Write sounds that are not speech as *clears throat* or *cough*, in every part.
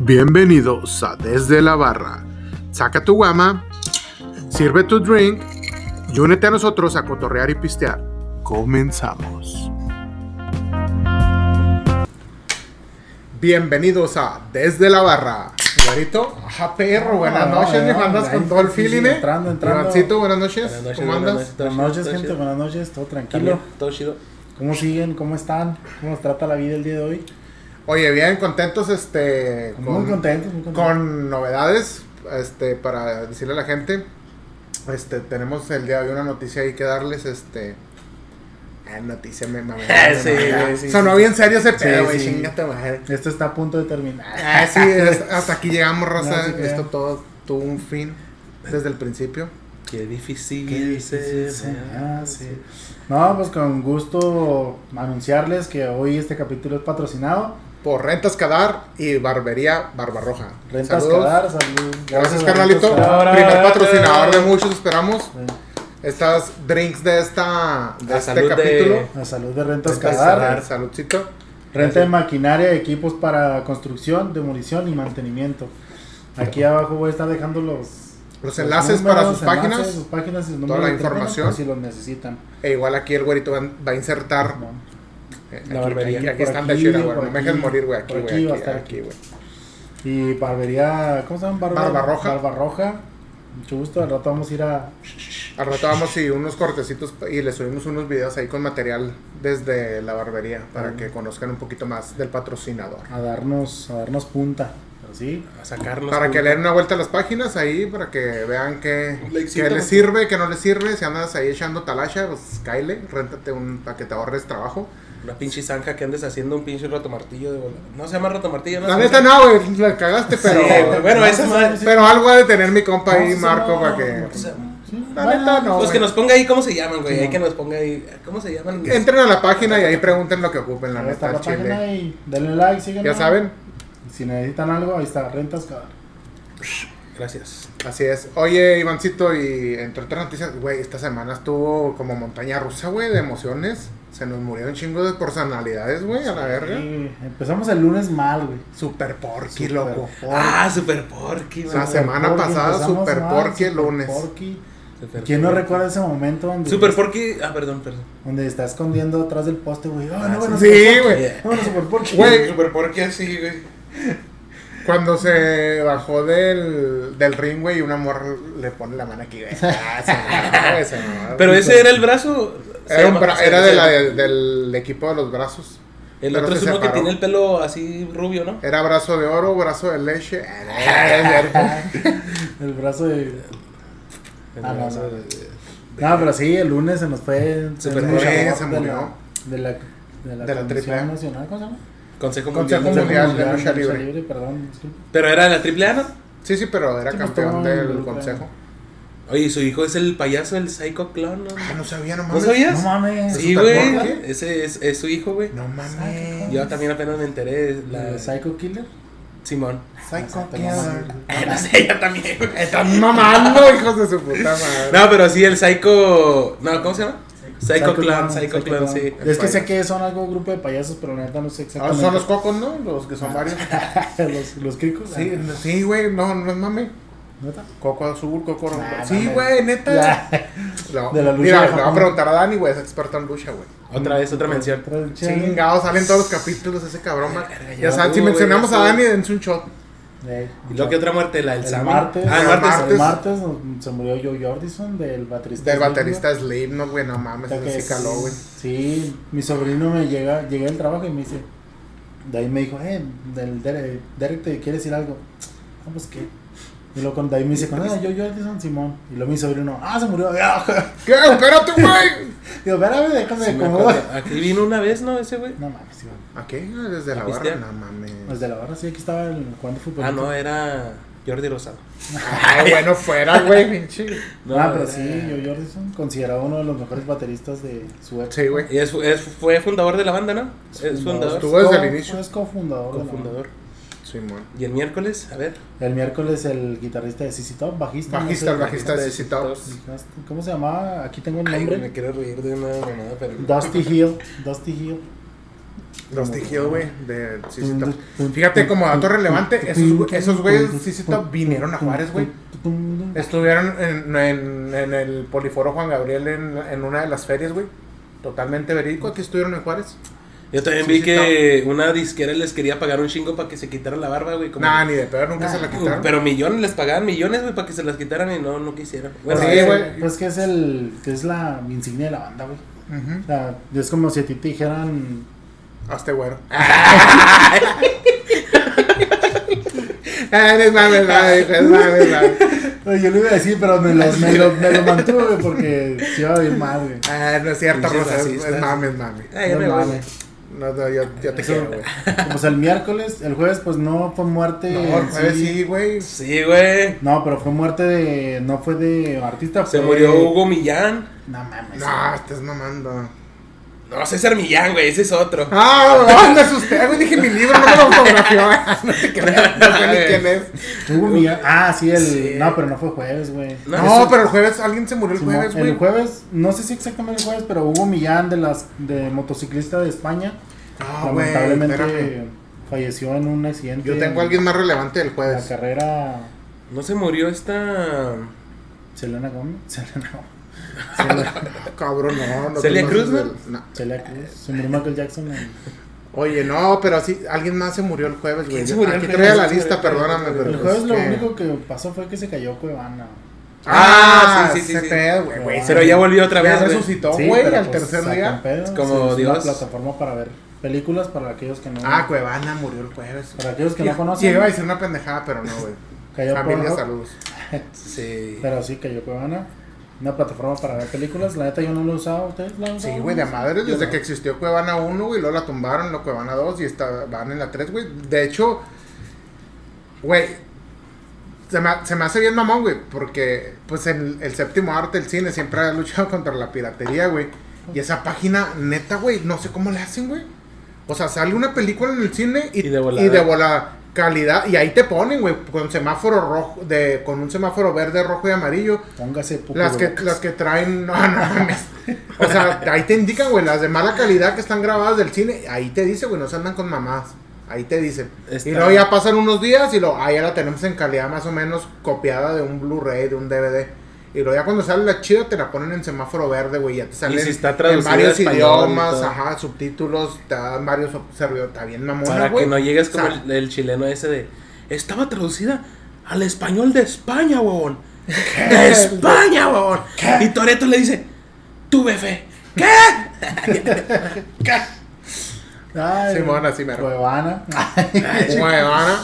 Bienvenidos a Desde la Barra. Saca tu guama, sirve tu drink y únete a nosotros a cotorrear y pistear. Comenzamos. Bienvenidos a Desde la Barra. Güerito, ajá perro, buenas Ah, noches, ah, viejo, andas ahí, con todo el sí, sí, feeling, eh. entrando, entrando. Ivancito, buenas noches, Buenas noches, ¿cómo buenas andas? Buenas Todo noches, chido, todo gente, chido. buenas noches, todo tranquilo. También, todo chido. ¿Cómo siguen? ¿Cómo están? ¿Cómo nos trata la vida el día de hoy? Oye, bien, contentos, este... muy contentos, muy contentos. con novedades este para decirle a la gente este tenemos el día de hoy una noticia ahí que darles este ah, noticia me mamé me *laughs* Sí, mamé. güey, sí, sonó sí. bien serio ese Sí, pedo güey sí. *laughs* chinga tu madre. Esto está a punto de terminar. Ah, sí, es- hasta aquí llegamos rosa No, sí creo. esto todo tuvo un fin desde el principio Qué difícil, Qué difícil se se me me Ah, hace. hace. Ah, No, pues con gusto anunciarles que hoy este capítulo es patrocinado. por rentas cadar y barbería barbarroja Rentas Saludos. Cadar, salud. gracias a Rentas carnalito Cadar. primer patrocinador de muchos esperamos Eh, estas drinks de esta de La este salud de- capítulo La salud de Rentas Rentas Cadar. Cadar, saludcito Renta de maquinaria, equipos para construcción, demolición y mantenimiento. Aquí abajo voy a estar dejando los, Los enlaces para sus páginas. sus páginas y Toda sus números la de teléfono, información. por si los necesitan. E igual aquí el güerito va, va a insertar. No. eh, La aquí, barbería. aquí- aquí Por están aquí, de chida, güey. por No me aquí, dejes morir, güey. Aquí, por güey. aquí va a Aquí, estar aquí, aquí. güey. Y barbería, ¿cómo se llama? Barba, Barbarroja. Barbarroja. Mucho gusto, al rato vamos a ir a... Al rato vamos y unos cortecitos y le subimos unos videos ahí con material desde la barbería para Ah. que conozcan un poquito más del patrocinador. a darnos a darnos punta. Pero sí, A sacarnos. Para un- que le den una vuelta a las páginas ahí, para que vean qué, Le qué excita. les sirve, qué no les sirve. Si andas ahí echando talacha, pues cáele, réntate un para que te ahorres trabajo. Una pinche zanja que andes haciendo un pinche ratomartillo de bola. No se llama ratomartillo, ¿no? La neta no, güey, la cagaste, pero, güey, bueno, No, esa sí, madre. sí, pero algo ha de tener mi compa ahí, No, sí, Marco, no, para no, que... no, sí, sí. La neta no. Pues güey. que nos ponga ahí cómo se llaman, güey. Sí, Hay no. que nos ponga ahí. ¿Cómo se llaman? Entren a la página y ahí pregunten lo que ocupen, la Ahí neta, está la al página chile. y denle like, síganos. Ya saben, Si necesitan algo, ahí está, rentas cada. Gracias. así es. Oye, Ivancito, y entre otras noticias, güey, esta semana estuvo como montaña rusa, güey, de emociones. Se nos murió un chingo de personalidades, güey, a la verga. Sí, empezamos el lunes mal, güey. Super porky, Super loco. porky. Ah, super porky, güey. La semana Porky, pasada, empezamos Super mal, Porky el Super lunes. Porky. Super ¿Quién no porky. recuerda ese momento donde, Super porky. Ah, perdón, perdón. donde está escondiendo atrás del poste, güey? Ah, no, Ah, bueno, sí. Super Sí, Porky. güey. No, bueno, Super Porky. Güey. Super porky así, güey. Cuando se bajó del, del ring, güey, y una morra le pone la mano aquí, *laughs* güey. Ah, se mamó, güey, se mamó. Pero ese era el brazo. Era, un bra- Se- era se- de la, del equipo de los brazos. El pero otro es se uno que separó. tiene el pelo así rubio, ¿no? Era brazo de oro, brazo de leche. Ah, El brazo de. El Ah, no, brazo no. de- No, pero sí, el lunes se nos fue. se Super nos fue Porky, la- se de murió. la- De la. De la, De la Comisión AAA. Nacional, ¿cómo se llama? Consejo Consejo Mundial. Mundial. Comisión de Lucha Libre. Perdón, disculpe. Pero era de la triple A, ¿no? Sí, sí, pero era Sí, pues, campeón todo del involucrado. consejo. Oye, su hijo es el payaso del Psycho Clown, ¿no? Ah, no sabía, no ¿No mames. No sabías? mames. Sí, ¿Super güey. Porky? Ese es, es su hijo, güey. No Ah, mames. qué Yo también apenas me enteré. La La... de Psycho Killer. Simón. Psycho Te Killer. mamas. Ah, *laughs* no sé, yo también, güey. Están mamando, hijos de su puta madre. No, pero sí, el Psycho... No, ¿cómo se llama? Psycho, Clown, Psycho, Clown, sí. Es que sé payaso. que son algo grupo de payasos, pero la neta no sé Ahora exactamente. Ah, son los cocos, ¿no? Los que son varios. *laughs* los, los cricos. Sí, ah, sí, güey, no, no es mame. ¿Neta? Coco azul, coco rojo. Ah, sí, mames. güey, neta. Ya. No, De la lucha Mira, de le voy a Japón. preguntar a Dani, güey, es experto en lucha, güey. *laughs* Otra vez, Mm. otra mención. Otra lucha. Chingado, salen todos los capítulos ese cabrón, man. Verga, Ya ya saben, tú, si güey, mencionamos ya a tú. Dani, dense un shot. Ey, ¿Y lo que otra muerte? La del El Sammy. martes, Ah, el el martes. el martes nos- se murió Joe Jordison del baterista. Del Slipknot. baterista Slipknot, güey, no mames, Hasta que ese sí caló, güey. Sí, mi sobrino me llega, llegué al trabajo y me dice, de ahí me dijo, eh, del Derek, Derek te quiere decir algo. Ah, pues qué. Y luego con- de ahí me dice, con, ah, yo, yo, Edison Simón. Y luego mi sobrino, ah, se murió. *laughs* ¿Qué? Espérate, güey. Digo, espérame, déjame Sí, de me cómo. acuerdo. Aquí vino una vez, ¿no? Ese, güey. No mames, Iván. ¿A qué? Ah, Desde la ¿A barra, pistear? no mames. Desde la barra sí, aquí estaba el, jugando fútbol. Ah, no, era Jordi Rosado. Ay, bueno, fuera, güey, pinche. No, ah, pero era- sí, Joe Jordison, considerado uno de los mejores bateristas de su época. Sí, güey. Y es, es- fue fundador de la banda, ¿no? Es fundador. Estuvo desde el co- inicio. Es cofundador. de la Cofundador. Simón. Y el miércoles, a ver. banda. El miércoles el guitarrista de CC Top, bajista. no Bajista, sé, el bajista de Sissy Top. ¿Cómo se llamaba? Aquí tengo el Ay, nombre. güey, me quiero reír de una monada, pero. Dusty Hill. Dusty Hill. Los Tigil, güey, de Tun, CZ Top. tun, Fíjate, tun, como dato tun, relevante, tun, esos tun, güe- esos tun, güeyes tun, CZ tun, Top vinieron a tun, Juárez, güey. tun, tun, tun. Estuvieron en, en- en el Poliforo Juan Gabriel en, en una de las ferias, güey. Totalmente verídico. Aquí estuvieron en Juárez. Yo también Sí, vi sí, que una disquera les quería pagar un chingo para que se quitaran la barba, güey. como- "Uh, Nah, ni de pedo, nunca Nah, se la quitaron. Pero millones, les pagaban millones, güey, para que se las quitaran y no, no quisieron. Bueno, Sí, Pues es- güey. Pues que es el. que es la insignia de la banda, güey. O Ujú. sea, es como si a ti te dijeran. Hazte *laughs* güero. Ah, eres mames, mames, eres mames, mames. Oye, yo lo iba a decir, pero me lo, me lo, me lo mantuve, güey, porque se iba a ir mal, güey. Ah, no es cierto, Pinches Rosa. Es, racistas. es mames, mames. Ah, ya No me voy, güey. mames. No, no, yo, yo te Eso- quiero, güey. Pues el miércoles, el jueves, pues no fue muerte. No, el en jueves sí. sí, güey. Sí, güey. No, pero fue muerte de. No fue de artista. Se fue- murió Hugo Millán. No mames. No, estás mamando. No, César Millán, güey, ese es otro. Ah, no, me asusté, güey. Dije mi libro, no me lo autografió. *laughs* No te creas, no sé ni quién es. Hugo Millán. Ah, sí, el. Sí. No, pero no fue jueves, güey. No, No, eso- pero el jueves, alguien se murió el Simón, jueves, güey. el jueves, no sé si exactamente el jueves, pero Hugo Millán de las de motociclista de España, Ah, güey. lamentablemente espérame. falleció en un accidente. Yo tengo a alguien más relevante del en la jueves. carrera No se murió esta. Ah. Selena Gómez, *laughs* Selena Gómez. Selena, Cabrón, no, no. ¿Celia te Cruz, pases no? del- no. Selena Cruz, se murió Michael Jackson. en- Oye, no, pero sí, alguien más se murió el jueves, güey. ¿Quién se murió el Aquí jueves? traía la ¿Quién se lista, murió el perdóname, jueves? pero. el pues jueves lo que- único que pasó fue que se cayó Cuevana. Ah, Ah, sí, sí, sí, Ese sí, sí. pedo, güey, güey. Pero ya volvió otra Ya vez, güey. resucitó, güey, pero, al pues, tercer sacan día. pedo, Como sí, es una Dios. plataforma para ver películas para aquellos que no. Ah, Cuevana murió el jueves. Para aquellos que no Sí, conocen. iba a decir una pendejada, pero no, *laughs* güey. cayó Familia, Pornhub. saludos. Sí. Pero sí, que yo Cuevana. Una plataforma para ver películas. La neta yo no lo he usado. ¿Ustedes la han Sí, usado? güey, de madre, Yo desde no. que existió Cuevana 1, güey, luego la tumbaron, luego Cuevana 2 y está, van en la 3, güey. De hecho, güey, se me, se me hace bien mamón, güey, porque pues en el séptimo arte del cine siempre ha luchado contra la piratería, güey. Y esa página, neta, güey, no sé cómo le hacen, güey. O sea, sale una película en el cine y, Y de volada. y de volada, calidad, y ahí te ponen, güey, con semáforo rojo, de, con un semáforo verde, rojo y amarillo. Póngase puto Las que, locas. las que traen. No, *laughs* no mames. O sea, ahí te indican, güey, las de mala calidad que están grabadas del cine. Ahí te dice, güey, no se andan con mamás. Ahí te dicen. Está- Y luego ya pasan unos días y lo, ah, ya la tenemos en calidad más o menos copiada de un Blu-ray, de un DVD. Y luego ya cuando sale la chida te la ponen en semáforo verde, güey. Ya te salen si está en traducida al varios español y idiomas, todo. ajá, subtítulos, te dan varios servidores. Está bien mamona, Para güey. que no llegues como O sea, el, el chileno ese de. Estaba traducida al español de España, huevón. De España, huevón. Y Toreto le dice: Tuve fe. ¿Qué? Ay, Simón, así mero. *laughs* Cuevana. *laughs* Cuevana.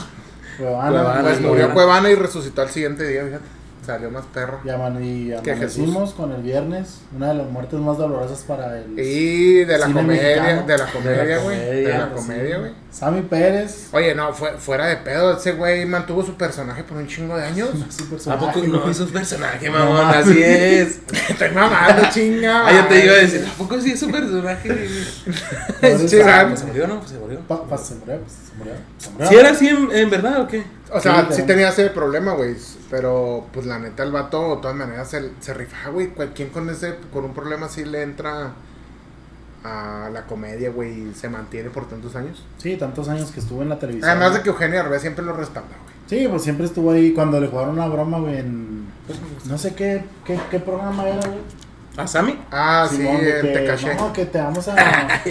Cuevana. Cuevana, Pues y- murió Cuevana. Cuevana y resucitó al siguiente día, fíjate. Salió más perro. Y, aman- y Que amanecimos con el viernes. Una de las muertes más dolorosas para el. Y de la Cine comedia, mexicano. de la comedia, güey. De la pues sí. comedia, güey. Sammy Pérez. Oye, no, fue, fuera de pedo, ese güey mantuvo su personaje por un chingo de años. *laughs* Su ¿A personaje, poco no? güey. Es un personaje, mamón. Así es. Estoy mamando, chinga. Ah, yo te iba a decir: ¿A poco sí es un personaje? *laughs* Pobre Sí, Sammy. va. Pues se murió, ¿no? Pues se murió. Pa- pa- se murió, pues, se murió. Se murió. ¿Si era así en, en verdad o qué? O sea, Sí, sí, pero- tenía ese problema, güey. Pero, pues la neta, el vato, de todas maneras, se, se rifa, güey. Cualquier con ese, con un problema así le entra a la comedia, güey, y se mantiene por tantos años. Sí, tantos años que estuvo en la televisión. Además de que Eugenio Arbea siempre lo respalda, güey. Sí, pues siempre estuvo ahí cuando le jugaron una broma, güey, en... No sé qué, qué, qué programa era, güey. ¿A Sammy? Ah, Simón, sí, de el que, te caché. No, que *laughs* te vamos a...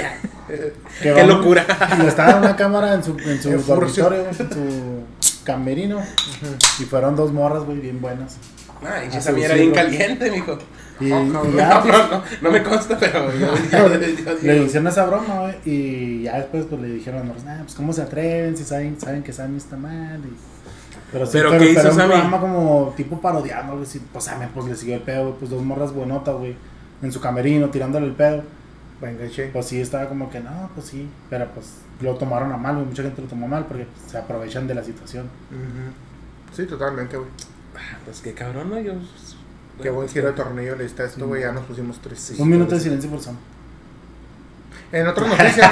Qué vamos- locura. Y lo estaba en una cámara en su, *laughs* en su El furcio. dormitorio, güey, en su camerino. Y fueron dos morras, güey, bien buenas. Ay, Ah, esa sí, mierda sí, bien lo- caliente, mijo. Y, Ah, y cabrón. ya, No, *laughs* no, no, no me consta, pero yo, yo- yo- le yo- hicieron esa broma, güey. Y ya después, pues, le dijeron a las morras, nah, pues, ¿cómo se atreven? Si saben, saben que Sammy está mal. y- Pero, sí, ¿Pero qué hizo un Sammy? programa como tipo parodiando, güey. sí, Pues, Sammy, pues, le siguió el pedo, güey. Pues, dos morras buenotas, güey. En su camerino, tirándole el pedo. Venga, che. Pues sí, estaba como que no, pues sí, pero pues lo tomaron a mal, güey, mucha gente lo tomó mal porque pues, se aprovechan de la situación. Ujú. Sí, totalmente, güey. Pues qué cabrón, ¿no? Yo. Qué buen bueno, giro de tornillo le diste a esto, Sí. güey. Ya nos pusimos tristes. Sí, Un minuto de pues, silencio por Sam. En otras *laughs* noticias,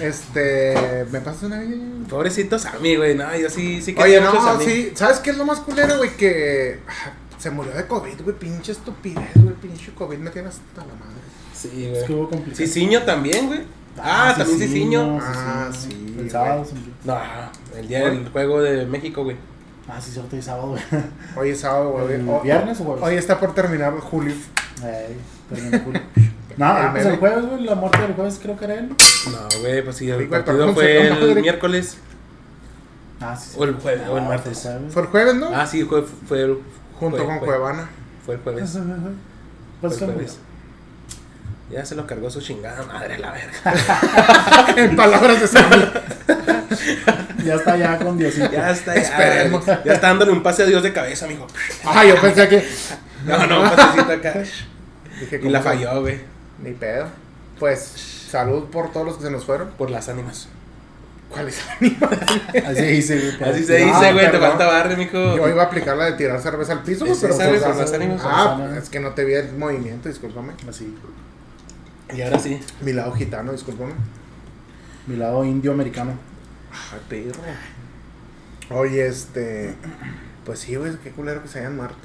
este. ¿Me pasas una vida? Pobrecito Sammy, güey. No, yo sí, sí que Oye, sí, mucho no, Sammy. sí. ¿Sabes qué es lo más culero, güey? Que ah, se murió de COVID, güey. Pinche estupidez, güey. Pinche COVID me tiene hasta la madre. Sí, Es que güey. hubo complicado. Ciciño también, güey. Ah, también Cicinho. Ah, Cicinho. sí, güey. El sábado. sí. No, el día del juego de México, güey. Ah, sí, cierto, el sábado. güey. Hoy es sábado, güey. ¿El O- viernes o jueves? Hoy está por terminar julio. Ey, terminó el *laughs* culo. No, Ah, pues bebé. el jueves, güey, la muerte del jueves creo que era él. No, güey, pues sí, Sí, el güey, partido pero fue ¿cómo se llama, el Rodri? miércoles Ah, sí. sí. o el jueves o el Ah, martes. fue jueves. Fue el jueves, ¿no? Ah, sí, fue, fue el- Junto fue- con fue- Cuevana. *laughs* Fue el Pues, jueves. ajá, ajá. Fue Pues el fue jueves. Ya se lo cargó su chingada madre, *laughs* la verga. en palabras de Samuel. Ya está ya con Diosito. Ya está, ya. Esperemos. Ya está dándole un pase a Dios de cabeza, mijo. Ah, yo pensé que. No, no, un pasecito acá. Dije, Y ¿cómo la son? falló, güey, Ni pedo. Pues, salud por todos los que se nos fueron. por las ánimas. ¿Cuáles animales? Así se dice, güey. pero- Así se Ah, dice, güey, te perdón. falta barrio, mijo. Yo iba a aplicar la de tirar cerveza al piso, güey, Es pero. esa, güey, pues, por las ánimas. ah, Por las ánimas. es que no te vi el movimiento, discúlpame. Así. Y ahora sí. Mi lado gitano, discúlpame. Mi lado indio americano. Ay, perro. Oye, este. Pues sí, güey, qué culero que se hayan muerto.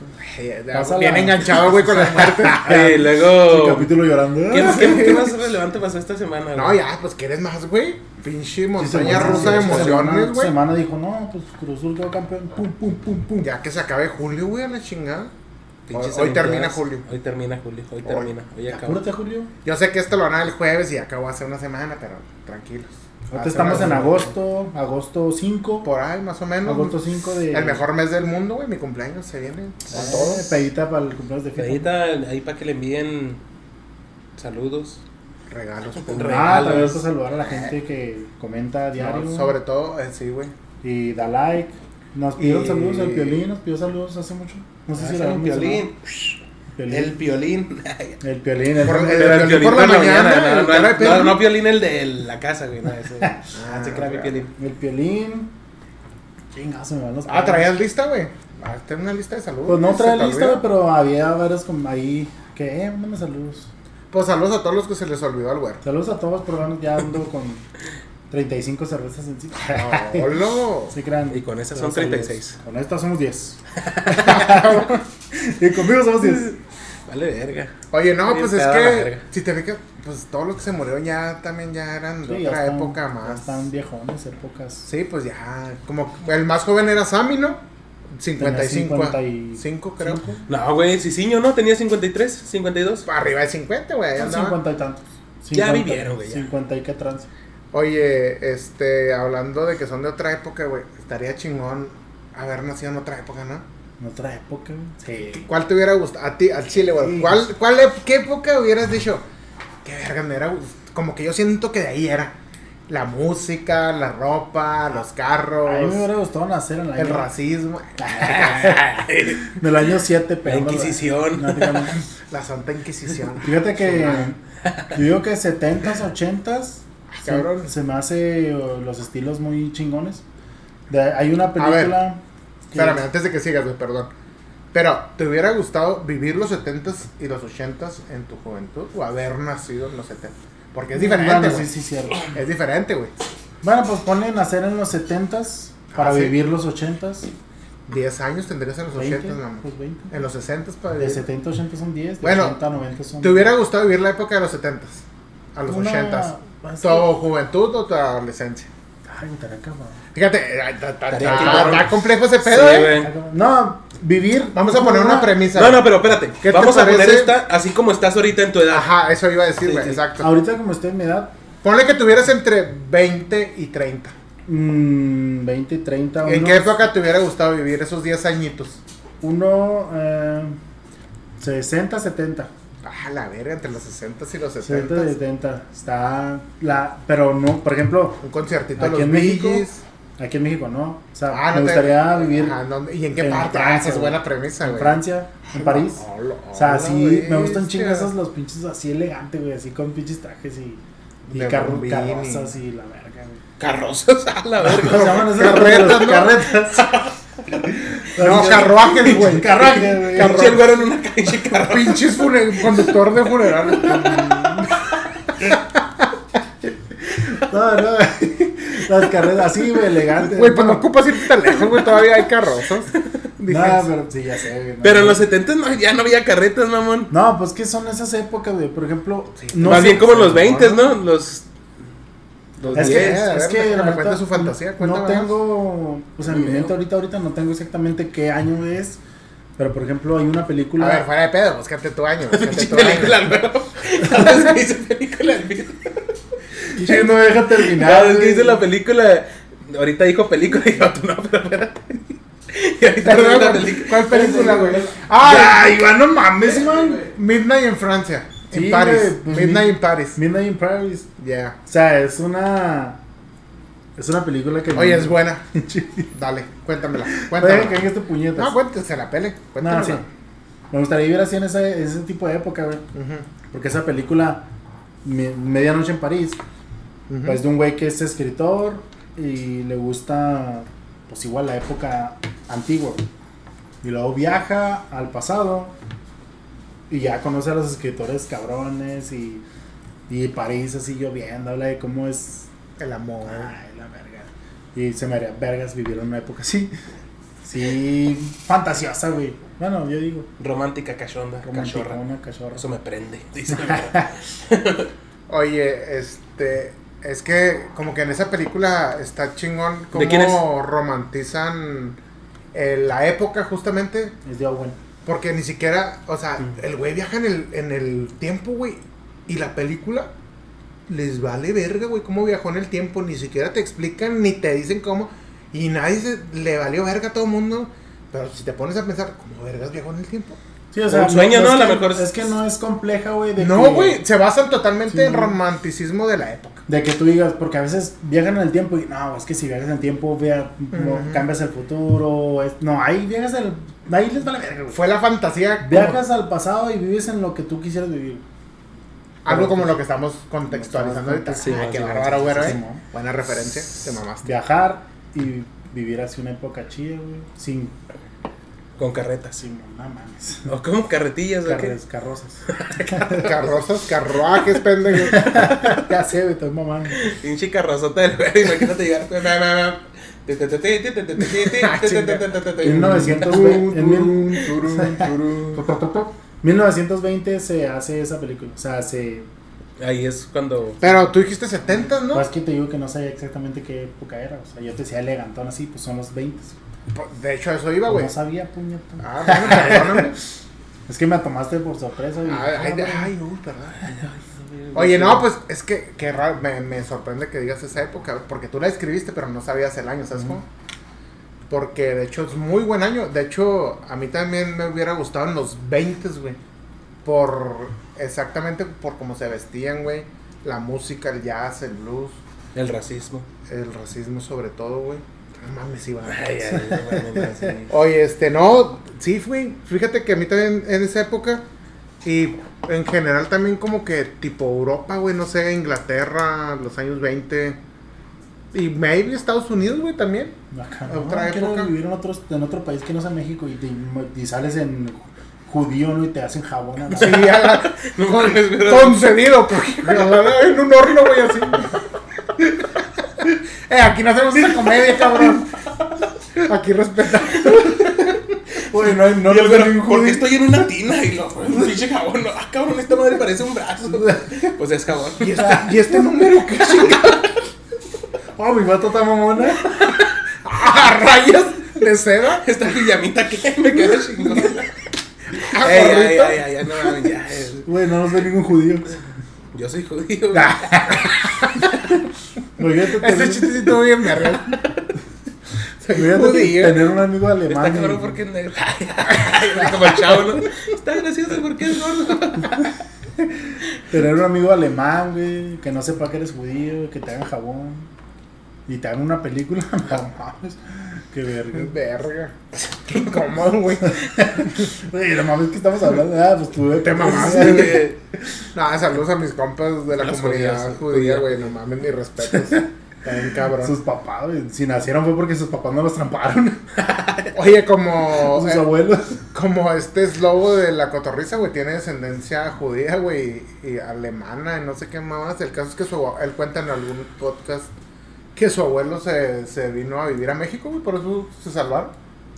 Pásala. Bien enganchado, güey, *laughs* con las muertes. Oye, El Eh, luego. capítulo llorando. Oh. Ah, ¿Qué, qué, qué más relevante pasó esta semana, güey? No, ya, pues quieres más, güey. Pinche Sí, semana, montaña rusa de sí, emociones, semana- güey. Semana dijo, no, pues Cruz Azul quedó campeón. Pum, pum, pum, pum. Ya que se acabe julio, güey, a la chingada. Pinches Hoy- hoy termina Olimpiadas. julio. Hoy termina Julio. Hoy Hoy. termina. Hoy acabó. Apúrate, Julio. Ah, Yo sé que esto lo van a dar el jueves y acabó hace una semana, pero tranquilos. Ahorita Hace estamos una en semana. agosto, agosto 5. Por ahí, más o menos. Agosto 5 de. El mejor mes del mundo, güey. Mi cumpleaños se viene. Eh, Pedita para el cumpleaños de FIFA. Pedita ahí para que le envíen saludos. Regalos. Ah, pum. Regalos. también para saludar a la gente que comenta a diario. No, sobre todo, eh, sí, güey. Y da like. Nos pidieron Y- saludos al Piolín, nos pidió saludos hace mucho. No sé si era el violín. Ah, El El violín. el Piolín. El Por- nombre el- *laughs* era- Piolín por la mañana, no, el no, cara de no, perro. no, violín el de la casa, güey. No, ese. *laughs* Ah, se crea mi ok. violín. el Piolín. Chinga, se me van los Ah, pelos. traías lista, güey. Ah, ten una lista de saludos. Pues no güey, se trae te lista, olvida. pero había varios como ahí. Que, eh, mándame saludos. Pues saludos a todos los que se les olvidó al *laughs* güero. Saludos a todos, por lo menos ya ando con 35 cervezas en sí. ¡Holo! Sí, crean. Y con esas son Pero saludos. 36. Con estas somos 10. *laughs* y conmigo somos 10. Vale, verga. Oye, no, Bien pues es pedo la que verga. si te fijas, pues todos los que se murieron ya también ya eran de Sí, ya otra están- época Ya más. están viejones, épocas. Sí, pues ya, como el más joven era Sammy, ¿no? 55, Tenía 55, 55 creo. cinco. No, güey, Ciciño, ¿no? Tenía 53, 52. Arriba de 50, güey. ahí Son andaba. 50 y tantos. Ya 50, vivieron, güey, ya. 50 y qué trans. Oye, este, hablando de que son de otra época, güey, estaría chingón haber nacido en otra época, ¿no? En otra época, güey. Sí. ¿Cuál te hubiera gustado? A ti, al Chile, güey. Sí. ¿Cuál, cuál, ep- ¿Qué época hubieras dicho? Qué verga, me era. Como que yo siento que de ahí era. La música, la ropa, los carros, A mí me hubiera gustado nacer en el el año, *laughs* racismo, en el año 7, pero. La Inquisición. No, digamos. la Santa *laughs* Inquisición. *laughs* Fíjate que yo digo que 70s, 80s se, Cabrón. se me hace uh, los estilos muy chingones. De- hay una ver, película que- Espérame, antes de que sigas, güey, perdón. Pero, ¿te hubiera gustado vivir los 70s y los 80s en tu juventud o haber nacido en los 70s? Porque es diferente, Bueno, güey. sí, sí, cierto. Es diferente, güey. Bueno, pues ponle nacer en los 70s para Ah, sí. vivir los 80s. 10 años tendrías en los 20, 80s, mamá. pues 20. En los 60s para De vivir. 70 a 80 son 10, de Bueno, 80 a 90 son ¿Te hubiera gustado vivir la época de los 70s? A los Una- 80s. es que- ¿Tu juventud o tu adolescencia? Ay, estaría cabrón. Fíjate, eh, ta- ta- ta- Estaría cabrón. está complejo ese pedo, Sí, eh. güey. Estaría cabrón. No, vivir. Vamos a poner una premisa. No, no, pero espérate. ¿Qué te Vamos a poner parece? esta así como estás ahorita en tu edad. Ajá, eso iba a decir, Sí, güey, sí. exacto. Ahorita, como estoy en mi edad, Ponle que tuvieras entre 20 y 30. mm, 20, 30. ¿En unos- qué época te hubiera gustado vivir esos 10 añitos? Uno, eh, 60, 70. Ah, la verga, entre los 60 y los 70. 60, 70. Está la. Pero no, por ejemplo, Un conciertito Aquí de los en México, Billys. aquí en México no. O sea, Ah, no te- me gustaría vivir Ah, no, ¿Y en qué en parte? Ah, Francia, esa es güey. buena premisa, en güey. Francia, en París. Hola, O sea, hola, sí, me gustan bestia. chingazos los pinches así elegante, güey, así con pinches trajes y, y De carro- bombín y- carrozas y la verga, güey. Carrozas *laughs* a la verga. ¿Cómo se llaman esos? Carretas, ¿no? Carretas. No, carruajes, güey. *laughs* Carruajes, güey. Carro- Pinche el güero en una calle *laughs* carro. Pinches fune- conductor de *laughs* funeral. *laughs* No, no. Las carretas así, güey, elegantes. Güey, pues no ocupas irte tan lejos, güey. Todavía hay *laughs* carrozas. Dije, No, pero sí, ya sé, güey. no. Pero en los e- 70 no, ya no había carretas, mamón. No, pues que son esas épocas, güey. Por ejemplo, no Más sé- bien como en sí, los 20, ¿no? Los Los Es que, *laughs* diez. diez. *laughs* A ver, es que déjame la me neta, cuente su fantasía, no- No cuéntame más. tengo, o sea, en mi mente ahorita, ahorita no tengo exactamente qué año es, pero por ejemplo hay una película... A ver, fuera de pedo, búscate tu año. *laughs* Búscate tu *laughs* película año. nueva. Cada vez que dice película nueva. *laughs* que no deja terminar. Cada vez que güey. dice la película. Ahorita dijo película y yo, tú no, pero *laughs* espérate. Y ahorita dice la Perdón, película. ¿Cuál película, güey? Ya, ¡Ay! eh, Iván, no mames, Iván. Midnight en Francia. Sí, en París. güey, pues, Midnight mi- en París. Midnight in Paris. Yeah. O sea, es una... Es una película que... Oye, es buena. *laughs* Dale, cuéntamela. Oye, que Cuéntamela. hay este puñetas. No, cuéntese la pele. Cuéntamela. No, sí. Ah, Me gustaría vivir así en ese, en ese tipo de época, güey. Ujú, Porque esa película, Mi- Medianoche en París, ujú. pues de un güey que es escritor y le gusta, pues igual la época antigua. güey. Y luego viaja al pasado y ya conoce a los escritores cabrones y, y París así lloviendo, habla de cómo es. El amor. Ay, la verga. Y se me haría vergas vivir en una época así. Sí, fantasiosa, güey. Bueno, yo digo, Romántica cachonda, romántica, cachorra. una cachorra. Eso me prende. *laughs* Dice. Oye, este. Es que, como que en esa película está chingón ¿De quién es? cómo romantizan eh, la época, justamente. Es de Owen. Porque ni siquiera, o sea, el güey viaja en el, en el tiempo, güey. Y la película les vale verga, güey, cómo viajó en el tiempo. Ni siquiera te explican ni te dicen cómo. Y nadie se- le valió verga a todo el mundo. Pero si te pones a pensar, ¿cómo vergas viajó en el tiempo? Sí, o Un sueño, ¿no? Es A lo que- mejor es- Es que no es compleja, güey. de No, que- güey, se basan totalmente Sí, en no. romanticismo de la época. De que tú digas, porque a veces viajan en el tiempo y no, es que si viajas en el tiempo, vea, no, Ujú. cambias el futuro. es- no, ahí viajas el. Ahí les vale verga, güey. Fue la fantasía. como- Viajas al pasado y vives en lo que tú quisieras vivir. algo como lo que estamos contextualizando ahorita. Sí, Ay, qué sí, bárbaro, sí, güey. sí, eh. sí. Buena referencia, te mamaste. Viajar y vivir así una época chida, güey. Sin. Con carretas. Sin, no mames. O como carretillas, ¿o qué? Carres, carrozas. Carrozas, carruajes, pendejo. *laughs* ya sé, güey, estoy mamando. Pinche carrazota del verga. *laughs* Imagínate llegar. Te- te- te- te- te- te- te- te- te- *laughs* Ah, te- te- te- te- En 1920. en mil- Turun, *laughs* turun, turun. 1920 se hace esa película. O sea, se. Ahí es cuando. Pero tú dijiste 70, ¿no? Pues que te digo que no sabía exactamente qué época era. O sea, yo te decía elegantón así, pues son los 20. Po- Pues, De hecho, a eso iba, Ah, güey. No sabía, puñeta. Ah, bueno, perdóname. Es que me tomaste por sorpresa. Y, Ah, Ay, de- Ah, ay, uy, perdón. Oye, no, pues es que qué raro, me, me sorprende que digas esa época, porque tú la escribiste, pero no sabías el año, ¿sabes Ujú. cómo? Porque de hecho es muy buen año. De hecho, a mí también me hubiera gustado en los 20, güey. Por exactamente por cómo se vestían, güey. La música, el jazz, el blues, El racismo. el racismo sobre todo, güey. No mames, iba. Ay, ay, no mames, sí. Oye, este, no, sí, güey. Fíjate que a mí también en esa época y en general también como que tipo Europa, güey, no sé, Inglaterra, los años 20 y maybe Estados Unidos, güey, también. acá, no, Otra quiero época. vivir en, otros, en otro país que no sea México y, te- y sales en judío ¿no? y te hacen jabón. a la- Sí, a la- *laughs* No con- mames, *laughs* güey. concedido, porque a la- en un horno, güey, así. eh, aquí no hacemos esa comedia, cabrón. Aquí *laughs* respetamos. Güey, no, hay- no, Y el nos güero, ven ningún ¿Por judío. qué estoy en una tina? Y lo *laughs* pinche jabón. no, Ah, cabrón, esta madre parece *laughs* un brazo. Pues es jabón. ¿Y este, y este número qué chingada? Oh, mi vato está mamona. Ah, rayas de seda. *laughs* Esta pijamita que me queda chingón. *laughs* Ah, Ey, ay, gorrito. ay, ay, ay, no mames, ya. eh, Güey, no nos ve ningún judío. Yo soy judío. güey. Ah. Imagínate Ese tener- Este chistecito bien me arregló. *laughs* imagínate judío. tener un amigo alemán. Está cabrón y- porque es negro. Ay, ay, ay, *laughs* Como el chavo, ¿no? Está gracioso porque es gordo. Tener un amigo alemán, güey, que no sepa que eres judío, que te hagan jabón y te hagan una película, *laughs* no mames. Qué verga. *laughs* Verga. Qué incómodo, güey. Güey, no mames, que estamos hablando? Ah, pues tú Te mamaste, güey. Nada, saludos a mis compas de la Los comunidad judíos, judía, judía. güey. No mames, mis *laughs* respetos. También cabrón. Sus papás, güey, si nacieron fue porque sus papás no los tramparon. *laughs* Oye, como, sus eh, abuelos. como este slobo de la cotorriza, güey, tiene descendencia judía, güey, y alemana, y no sé qué más. El caso es que su, él cuenta en algún podcast que su abuelo se, se vino a vivir a México, güey, por eso se salvaron.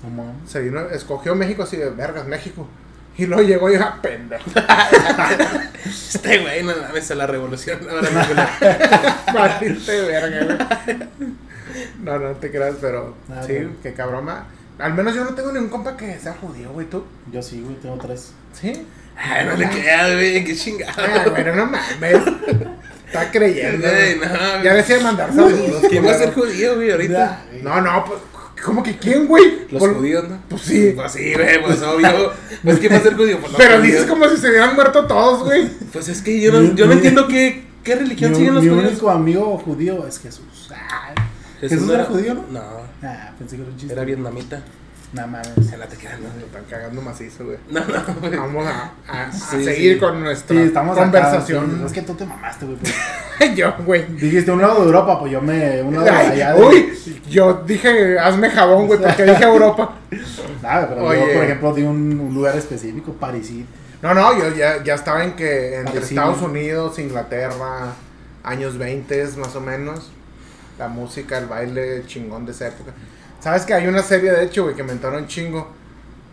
No mames. Se vino, escogió México así de vergas, México. Y luego llegó y dijo, "Ah, pendejo. Este güey no la mesa la revolución. la verdad, *laughs* Maldita verga, güey. *laughs* No, no te creas, pero Ah, sí, bueno. qué cabrón. ma. Al menos yo no tengo ningún compa que sea judío, güey, tú. Yo sí, güey, tengo tres. Sí. Ay, no le creas, güey, qué Ah, chingado. bueno, no mames. Está creyendo. Güey, güey. no, ya güey. decía mandar saludos. ¿Quién va a ser culero. judío, güey, ahorita? Nah, No, no, pues, ¿cómo que quién, güey? Los Por- judíos, ¿no? Pues sí. Pues sí, güey, pues obvio. *laughs* Pues ¿quién va a ser judío? Pues, los Pero judíos. dices como si se hubieran muerto todos, güey. Pues es que yo no, Mi- yo no mi- entiendo qué, qué Mi, religión siguen un- los mi judíos. único amigo judío es Jesús. Ah, ¿Jesús no era judío, no? No, ah, pensé que era un chiste. era vietnamita. No mames. Se la te quedan, no. Me están cagando macizo, güey. No, no, güey. Vamos a, a- a Sí, seguir sí. con nuestra Sí, estamos acá, sí, conversación. es que tú te mamaste, güey. *laughs* pues. yo, güey. *laughs* Dijiste un lado de Europa, pues yo me. Un lado de Ay, allá. de- uy, yo dije, hazme jabón, güey, *laughs* porque dije Europa. Nah, pero Oye. yo, por ejemplo, di un, un lugar específico, Parisito. No, no, yo ya, ya estaba en que entre Parecido. Estados Unidos, Inglaterra, años 20 más o menos. La música, el baile chingón de esa época. ¿Sabes que hay una serie, de hecho, güey, que inventaron chingo?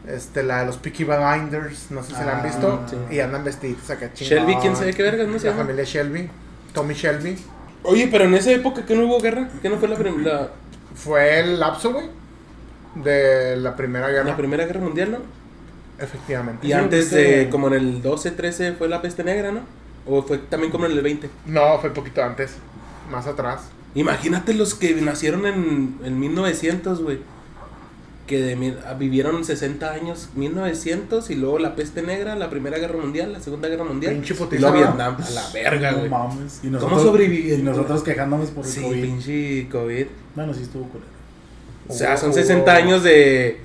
Este, la de los Peaky Blinders, no sé si la han Ah, visto. sí. Y andan vestidos acá chingón. Shelby, quién sabe qué vergas, ¿no se La llama? familia Shelby, Tommy Shelby. Oye, pero en esa época que no hubo guerra, que no fue la, prim- la, Fue el lapso, güey, de la Primera Guerra. la Primera Guerra Mundial, ¿no? Efectivamente. Y Sí, antes es de, que- como en el 12, 13, fue la peste negra, ¿no? O fue también como en el 20. No, fue poquito antes, más atrás. Imagínate los que nacieron en, en 1900, güey. Que de mil- ah, vivieron 60 años, 1900, y luego la peste negra, la Primera Guerra Mundial, la Segunda Guerra Mundial. Pinche y putiza, luego ¿no? Vietnam, a la verga, No güey. mames. Y ¿Cómo sobrevivieron? Y nosotros quejándonos por el sí, COVID. pinche COVID. Bueno, sí estuvo culero. O sea, son Hubo- 60 años de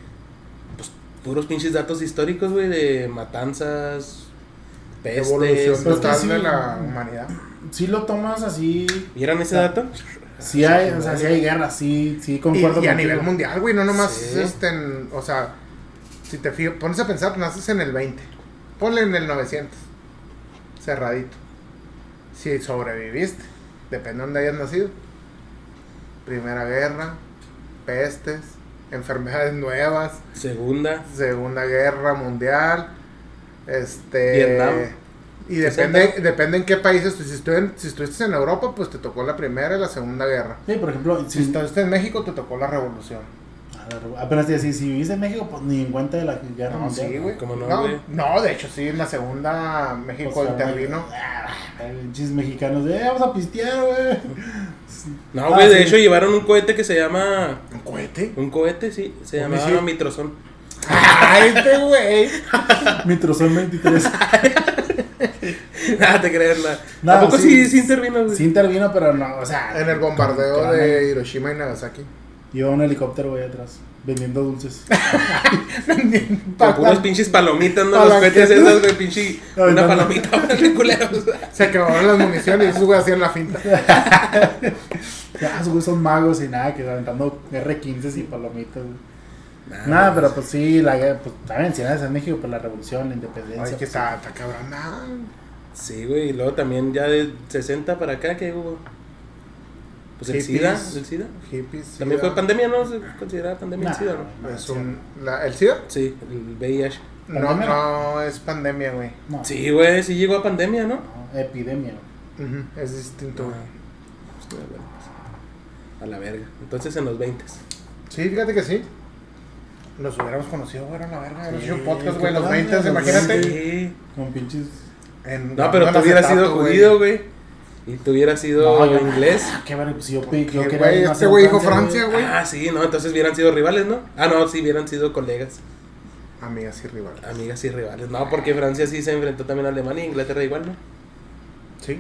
pues, puros pinches datos históricos, güey, de matanzas, evolución pestes. pues, total sí. de la humanidad. Si lo tomas así, ¿Vieron ese dato? sí hay, o sea, sí hay guerra, sí, sí Y, concuerdo y a contigo. nivel mundial, güey, no nomás Sí. este, en- o sea, si te fijas, pones a pensar, naces en el 20, ponle en el 900, cerradito. Si sobreviviste, depende de dónde hayas nacido. Primera guerra, pestes, enfermedades nuevas, Segunda. Segunda Guerra Mundial, este... Vietnam. Y depende, depende en qué países, tú- si, estu- si estuviste en Europa, pues te tocó la Primera y la Segunda Guerra. Sí, por ejemplo, Si si, estuviste en México, te tocó la Revolución. a ver, apenas te decía, si vivís en México, pues ni en cuenta de la guerra No, mundial. sí, güey. Ah, ¿Cómo no, no, güey? Pues, no, de hecho, sí, en la Segunda México O sea, intervino. Pinches mexicanos de, "Eh, vamos a pistear, güey. No, Ah, güey, de sí. hecho llevaron un cohete que se llama. ¿Un cohete? Un cohete, sí. Se Un llamaba misil. Mitrozón. *laughs* ¡Ay, este güey! Mitrozón 23. *laughs* Nada Ah, te crees, nada. No, Tampoco sí, sí. sí intervino, güey. Sí intervino, pero no, o sea. En el bombardeo con- de Hiroshima y Nagasaki. *laughs* Lleva un helicóptero, güey, atrás, vendiendo dulces. *laughs* Con puros pinches palomitas, ¿no? Los cohetes Palanquetas. esos, güey, pinche. *laughs* No, Una no, no. palomita, *laughs* güey, culeros. Se acabaron las municiones y esos güey hacían la *laughs* finta. Ya, esos güeyes son magos y nada, que aventando R15 y palomitas, güey. Nah, Nada, pero pues sí, la guerra, pues también si nada en México, pues la revolución, la independencia. Ay, que pues, está, está cabrón. ah. Sí, güey, y luego también ya de 60 para acá que hubo. Pues el Hippies. SIDA, el SIDA. Hippies. sí, También fue ah. pandemia, ¿no? Se consideraba pandemia nah, el SIDA, ¿no? no, Es sí, un, la- ¿El SIDA? Sí, el VIH. No, ¿Pandemia? no, es pandemia, güey. no, Sí, güey, sí llegó a pandemia, ¿no? no, epidemia. güey. Ujú, Es distinto, güey. Ah, pues, bueno, pues, A la verga. Entonces en los 20. Sí, fíjate que sí. Los hubiéramos conocido, güey, a la verga. Hubiéramos Sí, hecho un podcast, güey, qué los padre, 20, los imagínate. veinte. Sí. Con pinches. En- No, pero tú grabando hubieras sido acetato, güey. judío, güey. Y tú hubieras sido No, yo- inglés. Ah, qué bueno, pues yo, Porque, pe- yo quería. güey, nacer este en güey dijo Francia, güey. Ah, sí, no, entonces hubieran sido rivales, ¿no? Ah, no, sí, hubieran sido colegas, Amigas y rivales. amigas y rivales. No, porque Francia sí se enfrentó también a Alemania, Inglaterra igual, ¿no? Sí.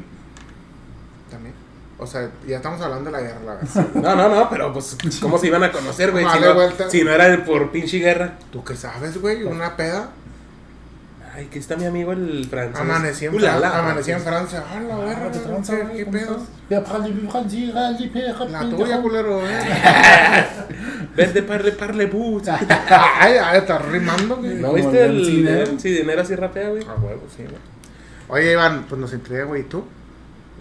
También. O sea, ya estamos hablando de la guerra, la verdad. No, no, no, pero pues, ¿cómo se iban a conocer, güey? Si, Dale no, vuelta. si no era por pinche guerra. ¿Tú qué sabes, güey? Pues, Una peda. Ay, que está mi amigo el francés. Amanecí en, Ulala, Fran- amanecí en Francia. Ah, la pues, Ah, verga, te no tranza, sé, güey, ¿Qué ¿cómo pedo? estás? Ya, parle, vi francés, rally, perra, La pinta, tuya, jo- culero, eh. *laughs* Verde parle, parle, bus. Ah, Ay, ay, estás rimando, güey. ¿No Como el viste del el Cidinero. el Cidinero así rapea, güey? A huevo, sí, güey. Oye, Iván, pues nos intriga, güey, ¿y tú?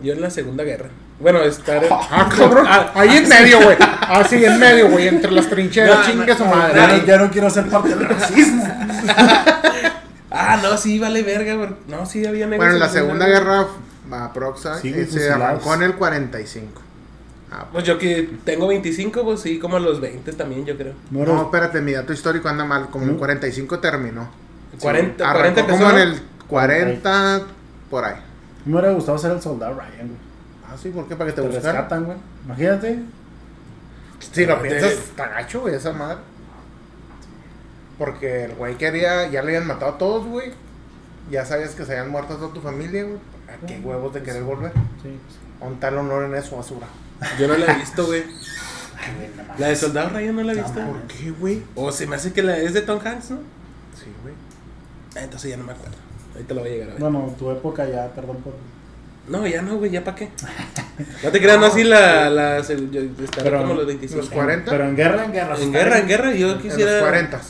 Yo en la Segunda Guerra. Bueno, *laughs* estar en... Ah, cabrón. Ah, Ahí en medio, güey. Así en medio, güey. Entre las trincheras, No, chingue no, su Ya madre. no- Ya no quiero ser parte del racismo. Ah, no, sí, vale verga, güey. No, sí, había negros. Bueno, en la Segunda guerra Guerra Aproxa Sí, eh, se fusilados. arrancó en el 45. Ah, Pues yo que tengo 25, pues sí, como a los 20 también, yo creo. Número- No, espérate, mi dato histórico anda mal. Como en el ¿No? 45 terminó. 40, Arrancó 40 como empezó, en ¿no? el 40, por ahí. Me hubiera gustado ser el soldado Ryan, güey. Ah, sí, ¿por qué? ¿Para que te, Te buscaran? rescatan, güey. Imagínate. Si lo Te- piensas, está gacho, güey, esa madre. Porque el güey quería, ya le habían matado a todos, güey. Ya sabías que se habían muerto toda tu familia, güey. ¿A qué huevos de querer volver? Oh, Sí, pues. Un tal honor en eso, basura. Yo no la he visto, güey. Ay, güey, no mames. La de Soldado Ryan no la he visto. mames. ¿Por qué, güey? O se me hace que la es de Tom Hanks, ¿no? Sí, güey. Ah, Entonces ya no me acuerdo. Ahorita lo voy a llegar a ver. Bueno, tu época ya, perdón por. No, ya no, güey, ya para *laughs* qué. No te creas, no así la. la se- yo estaré Pero- como los los 25. 40. Pero en guerra, en guerra. En guerra, en guerra, yo En los quisiera. 40.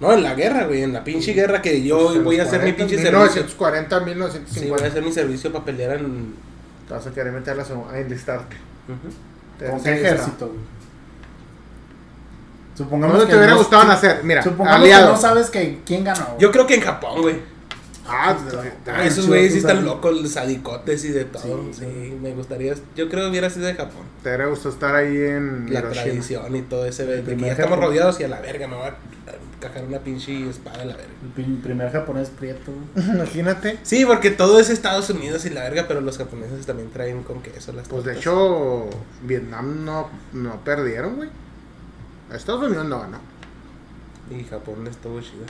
No, en la guerra, güey, en la pinche guerra que yo Pues En los voy a hacer mi 40, pinche servicio. 1940, 1950. Sí, voy a hacer mi servicio para pelear en. Te vas a querer meter a la segunda, a enlistarte. Ujú. Te ¿Con te- qué ejército, güey? Supongamos ¿Dónde que te hubiera no- gustado nacer? Mira, Supongamos que no aliados. sabes que quién ganó. güey. Yo creo que en Japón, güey. Ah, Ah, Esos chido, güeyes sí tú están también. locos, los sadicotes y de todo. Sí, Sí, me gustaría. Yo creo que hubiera sido de Japón. te hubiera gustado estar ahí en La Hiroshima. tradición y todo ese. De que primer ya estamos Japón. rodeados y a la verga, me va a cajar una pinche espada a la verga. El prim- primer japonés prieto, güey. Imagínate. Sí, porque todo es Estados Unidos y la verga, pero los japoneses también traen con queso las Pues de tortas. hecho, Vietnam no, no perdieron, güey. Estados Unidos no ganó. Y Japón estuvo chido.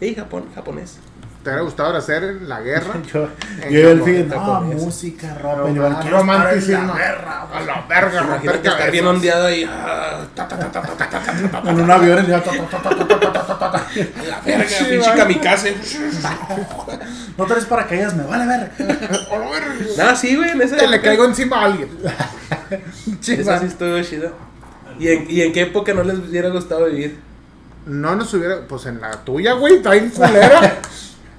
Y Japón, japonés. ¿Te hubiera gustado nacer en la *laughs* guerra? *laughs* Yo, En yo el Japón, fin, en no, Japón, eso. música, ropa, Pero, y yo, ah, quiero estar en la romanticismo. guerra, A la verga, romper Imagínate estar bien cabezas. ondeado ahí. ah, ta, ta, ta, ta, ta, ta, ta, ta, ta, güey. *laughs* En un avión, y yo, ta, ta, ta, ta, ta, ta, ta, ta, ta, ta. a la verga, Sí, pinche va. kamikaze. no traes paracaídas, me vale *laughs* ver. *laughs* A la verga. No, Ah, sí, güey, en esa Te le época- caigo encima a alguien. *laughs* Eso sí estuvo chido. ¿Y en, ¿Y en qué época no les hubiera gustado vivir? No nos hubiera. Pues en la tuya, güey. Está en *laughs* culera.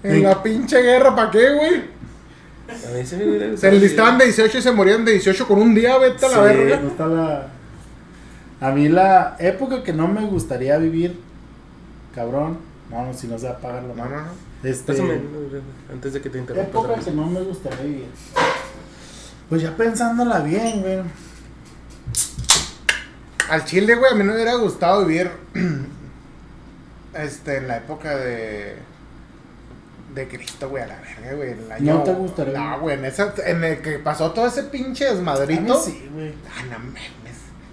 en la pinche guerra, ¿para qué, güey? A mí sí me hubiera Se gustado. enlistaban de 18 y se morían de 18 con un día, vete a la Sí, verga. no está la- A mí la época que no me gustaría vivir, cabrón, no, no, si no se apaga la No, mano. no, no. Este, Pásame, antes de que te interrumpa. otra época vez. que no me gustaría vivir. Pues ya pensándola bien, güey. Al chile, güey, a mí no me hubiera gustado vivir *clears throat* este, en la época de de Cristo, güey, a la verga, güey. en el año- te gustaría. No, güey, en, esa, en el que pasó todo ese pinche A mí desmadrito. sí, güey. Ah, no mames.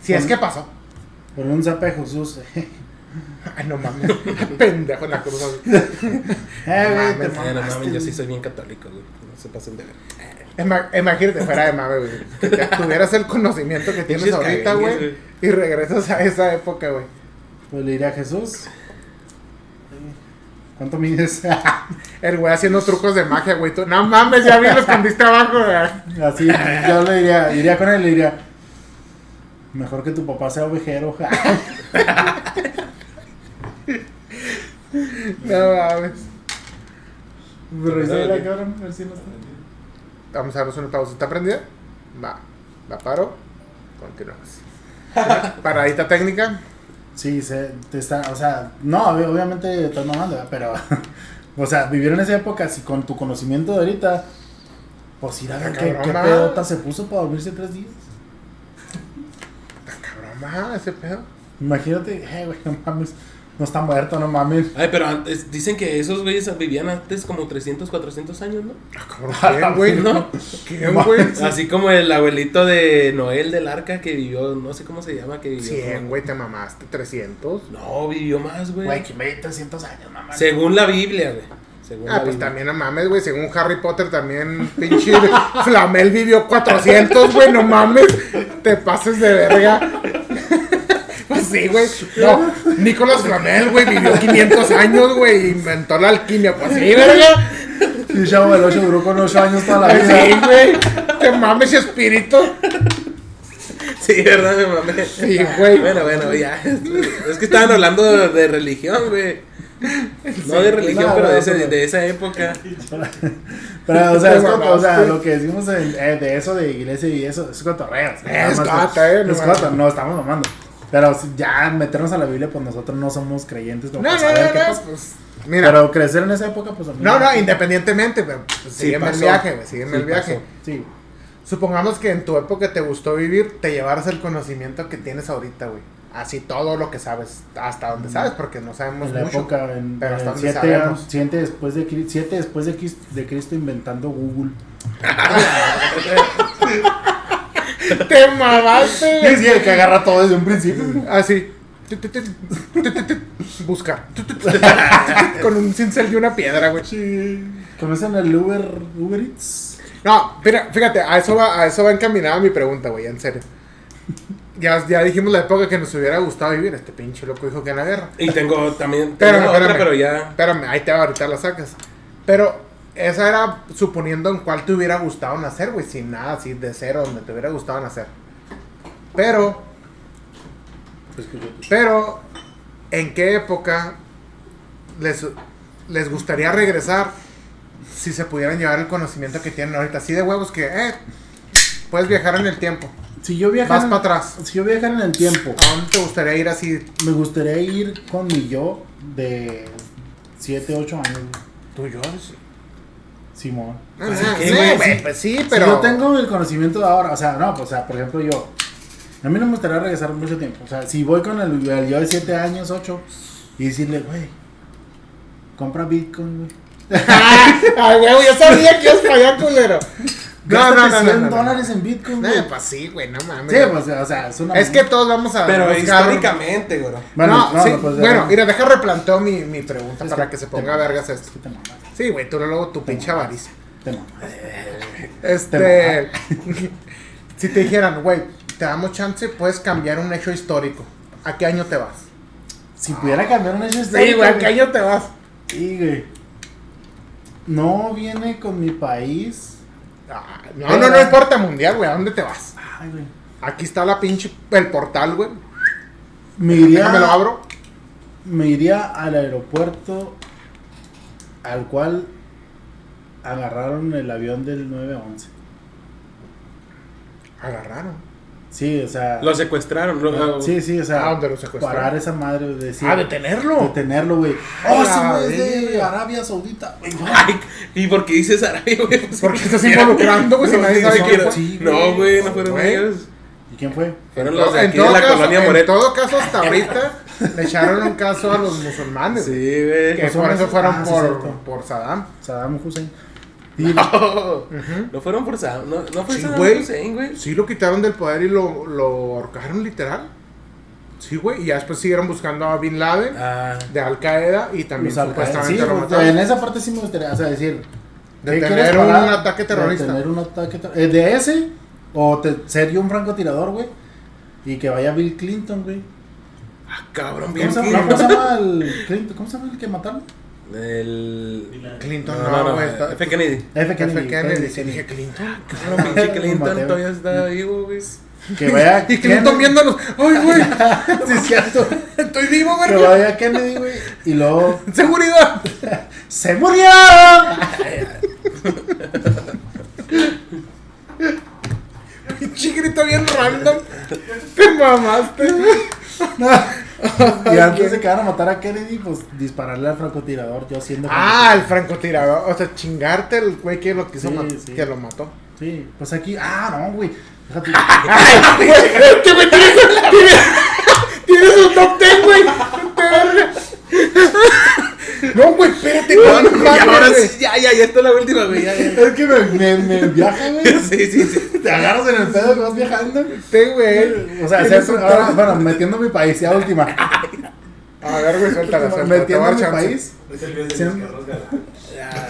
Si es que pasó. *laughs* Por un zapa de Jesús. *laughs* eh, Ay, no mames. *laughs* Pendejo en la cruz. güey. güey, te mames, Eh, no mames, yo sí mamaste, soy bien católico, güey. No se pasen de ver. Ima- Imagínate fuera de mame, güey. Que te- tuvieras el conocimiento que tienes Pinches ahorita, caguengues, güey. Y regresas a esa época, güey. Pues le diré a Jesús. ¿Cuánto mides? *laughs* El güey haciendo trucos de magia, güey. Tú, no mames, ya vi, *laughs* lo escondiste abajo, güey. *laughs* Así, yo le diría, iría con él y le diría, mejor que tu papá sea ovejero. *laughs* No mames. Revisé la cabrón, a ver si no está. Vamos a darnos una pausa. ¿Está prendida? Va. La paro. Continuamos. Paradita técnica. Sí, se, te está, o sea, no, ob- obviamente estás mamando, ¿verdad? pero, *laughs* o sea, vivir en esa época, si con tu conocimiento de ahorita, pues ir a ver qué, qué Cabrón, pedota ma. se puso para dormirse tres días. Cabrón, ma, ese pedo. Imagínate, eh, güey, no mames, no está muerto, no mames. Ay, pero antes, dicen que esos güeyes vivían antes como 300, 400 años, ¿no? Ah, cabrón, ¿quién, güey? *laughs* ¿No? ¿Quién, güey? *laughs* Así como el abuelito de Noel del Arca que vivió, no sé cómo se llama, que vivió. 100, güey, te mamaste. 300. No, vivió más, Güey, güey. que me di 300 años, mamá. Según la Biblia, güey. Según Ah, la pues Biblia. también no mames, güey. Según Harry Potter, también *laughs* pinche Flamel vivió 400, güey. No mames. Te pases de verga. *laughs* Pues sí, güey. No, Nicolás Flamel, güey, vivió 500 años, güey. Inventó la alquimia. Pues sí, verga. Y Chavo del 8 duró con 8 años *laughs* toda la Ay, vida. Sí, güey. Te mames, espíritu. Sí, ¿verdad? Me mamé. Sí, güey. Bueno, bueno, ya. Es que estaban hablando de, de religión, güey. No de religión, no, pero de, no, ese- pero- de esa época. *laughs* Pero, o sea, Te es coto- o sea, mamaste. lo que decimos en- eh, de eso de iglesia y eso, es cotorreo. o sea, Es nada más que- cota, eh, no Es mames. coto, no, estamos mamando. Pero si ya meternos a la Biblia, pues nosotros no somos creyentes. No, Como no, para no, saber qué no, pasa. pues, mira. Pero crecer en esa época, pues a mí no, no, me- independientemente, pero pues, Sí sígueme el pasó. viaje, güey, sígueme Sí el viaje. pasó. Sí. Supongamos que en tu época te gustó vivir, te llevaras el conocimiento que tienes ahorita, güey. Así todo lo que sabes, hasta donde sabes, porque no sabemos En la Pues mucho. época, en pero hasta en donde siete, sabemos. siete después de Cri- siete después de, Cris- de Cristo *laughs* inventando Google. Te mamaste, güey. el que agarra todo desde un principio. Así. Tu, tu, tu, tu, tu, tu, tu. Busca. Tu, tu, tu, tu, tu, tu, Con un cincel y una piedra, güey. ¿Conocen el Uber, Uber Eats? No, mira, fíjate, a eso va, a eso va encaminada mi pregunta, güey, en serio. Ya, ya dijimos la época que nos hubiera gustado vivir. Este pinche loco dijo que en la guerra. Y tengo también. Tengo Espérame, otra, espérame. pero ya. Espérame, ahí te va, ahorita la sacas. Pero esa era suponiendo en cuál te hubiera gustado nacer, güey, sin nada, así de cero, donde te hubiera gustado nacer. Pero, Pues pero, ¿en qué época les, les gustaría regresar si se pudieran llevar el conocimiento que tienen ahorita? Así de huevos que, eh, puedes viajar en el tiempo. Si yo Vas viajara, para atrás. si yo viajara en el tiempo, ¿A dónde te gustaría ir así me gustaría ir con mi yo de 7, 8 años, güey. tú, yo? Simón. Ah, Pues, sí, ¿qué, güey? güey, Sí. pues sí, Pero pero... yo tengo el conocimiento de ahora, o sea, no, pues, o sea, por ejemplo, yo a mí no me gustaría regresar mucho tiempo, o sea, si voy con el, el yo de 7 años, 8 y decirle, güey, compra Bitcoin, güey. Ay, Ah, huevo, yo sabía que ibas para allá, culero. No, no, Gástate no, 100 no, no, no. dólares en Bitcoin, No, güey. pues sí, güey, no mames. Sí, pues, o sea, es una. es que todos vamos a. Pero buscar- históricamente, güey. no, sí, pues, bueno, ya- mira, deja replanteo mi, mi pregunta Es para que, se te ponga mamaste, vergas Es esto. que te mamaste, Sí, güey, tú luego tu pinche avaricia. te mamaste. Este. *laughs* si te dijeran, güey, te damos chance, puedes cambiar un hecho histórico. ¿A qué año te vas? Si pudiera cambiar una Sí, güey, ¿a qué año te vas? Sí, güey. No viene con mi país. Ah, No, no, no importa mundial, güey, ¿a dónde te vas? Ay, güey. Aquí está la pinche. El portal, güey. Me Déjame lo iría, abro. me iría al aeropuerto al cual agarraron el avión del 911. Agarraron. Sí, o sea. Lo secuestraron. lo- sí, sí, o sea. Ah, donde lo secuestraron. Parar esa madre, güey, decir. Ah, detenerlo. Detenerlo, güey. Ay, Oh, la sí, güey, es de verga. Arabia Saudita. güey, güey. Ay, ¿Y por qué dices Arabia, güey? Pues, Porque estás quiero- involucrando, güey, si nadie no, sabe no, quién no, fue. Sí, No, güey, no fueron Güey. ellos. ¿Y quién fue? Fueron los de en aquí todo de la caso, colonia en Moreto. todo caso, hasta *laughs* ahorita le echaron un caso a los musulmanes. Sí, güey, güey. Que Pues son por eso los- fueron ah, sí, por, cierto. por Saddam. Saddam Hussein. Y No fueron por Saddam. No, no fue Sí, Saddam güey. Hussein, güey. Sí, lo quitaron del poder y lo, lo ahorcaron literal. Sí, güey. Y ya después siguieron buscando a Bin Laden, Ah, de Al Qaeda, y también los Al Qaeda. supuestamente Sí, lo pues, mataron. en esa parte sí me gustaría, o sea, decir. ¿qué Detener quieres un parar? ataque terrorista. Detener un ataque terrorista. de ese, o te- ser yo un francotirador, güey. Y que vaya Bill Clinton, güey. ah, cabrón, ¿Cómo bien. se, que- no, ¿Cómo se llama el Clinton? ¿Cómo se llama el que mataron? El. Clinton, no, güey. está- F. *laughs* Kennedy. F. F. Kennedy. Kennedy. Kennedy, Sí, dije Kennedy. Clinton. *laughs* Claro, pinche Clinton Mateo. todavía Mm. está vivo, güey. Que *laughs* vaya. Y Clinton Kennedy- viéndonos. ¡Ay, *laughs* güey! Sí, es cierto. Estoy vivo, Que verga. vaya Kennedy, güey. Y luego. Seguridad. ¡Se *laughs* murió! Pinche grito bien random. Te mamaste. Y antes de que van a matar a Kennedy, pues dispararle al francotirador, yo siendo. Ah, el francotirador. O sea, chingarte el güey que lo quiso Sí, mat- sí. que lo *laughs* mató. francotirador. Sí, pues aquí. Ah, no, güey. *laughs* Déjate. Este güey tienes, tienes, tienes un top ten, güey. Te verga. No, güey, espérate, no, no, Y ahora mames, sí, ya, ya, ya, esta es la última, güey. ya, ya. Es que me, me, me viaja, *laughs* güey. Sí, sí, sí. Te agarras en el pedo que vas viajando. Este güey. O sea, Tienes siempre- un top- ahora, bueno, metiendo mi país, ya última. A ver, güey, suéltala, suéltala. *laughs* te voy a Metiendo dar mi chance. país. Es el viernes de Siempre- los carros galán.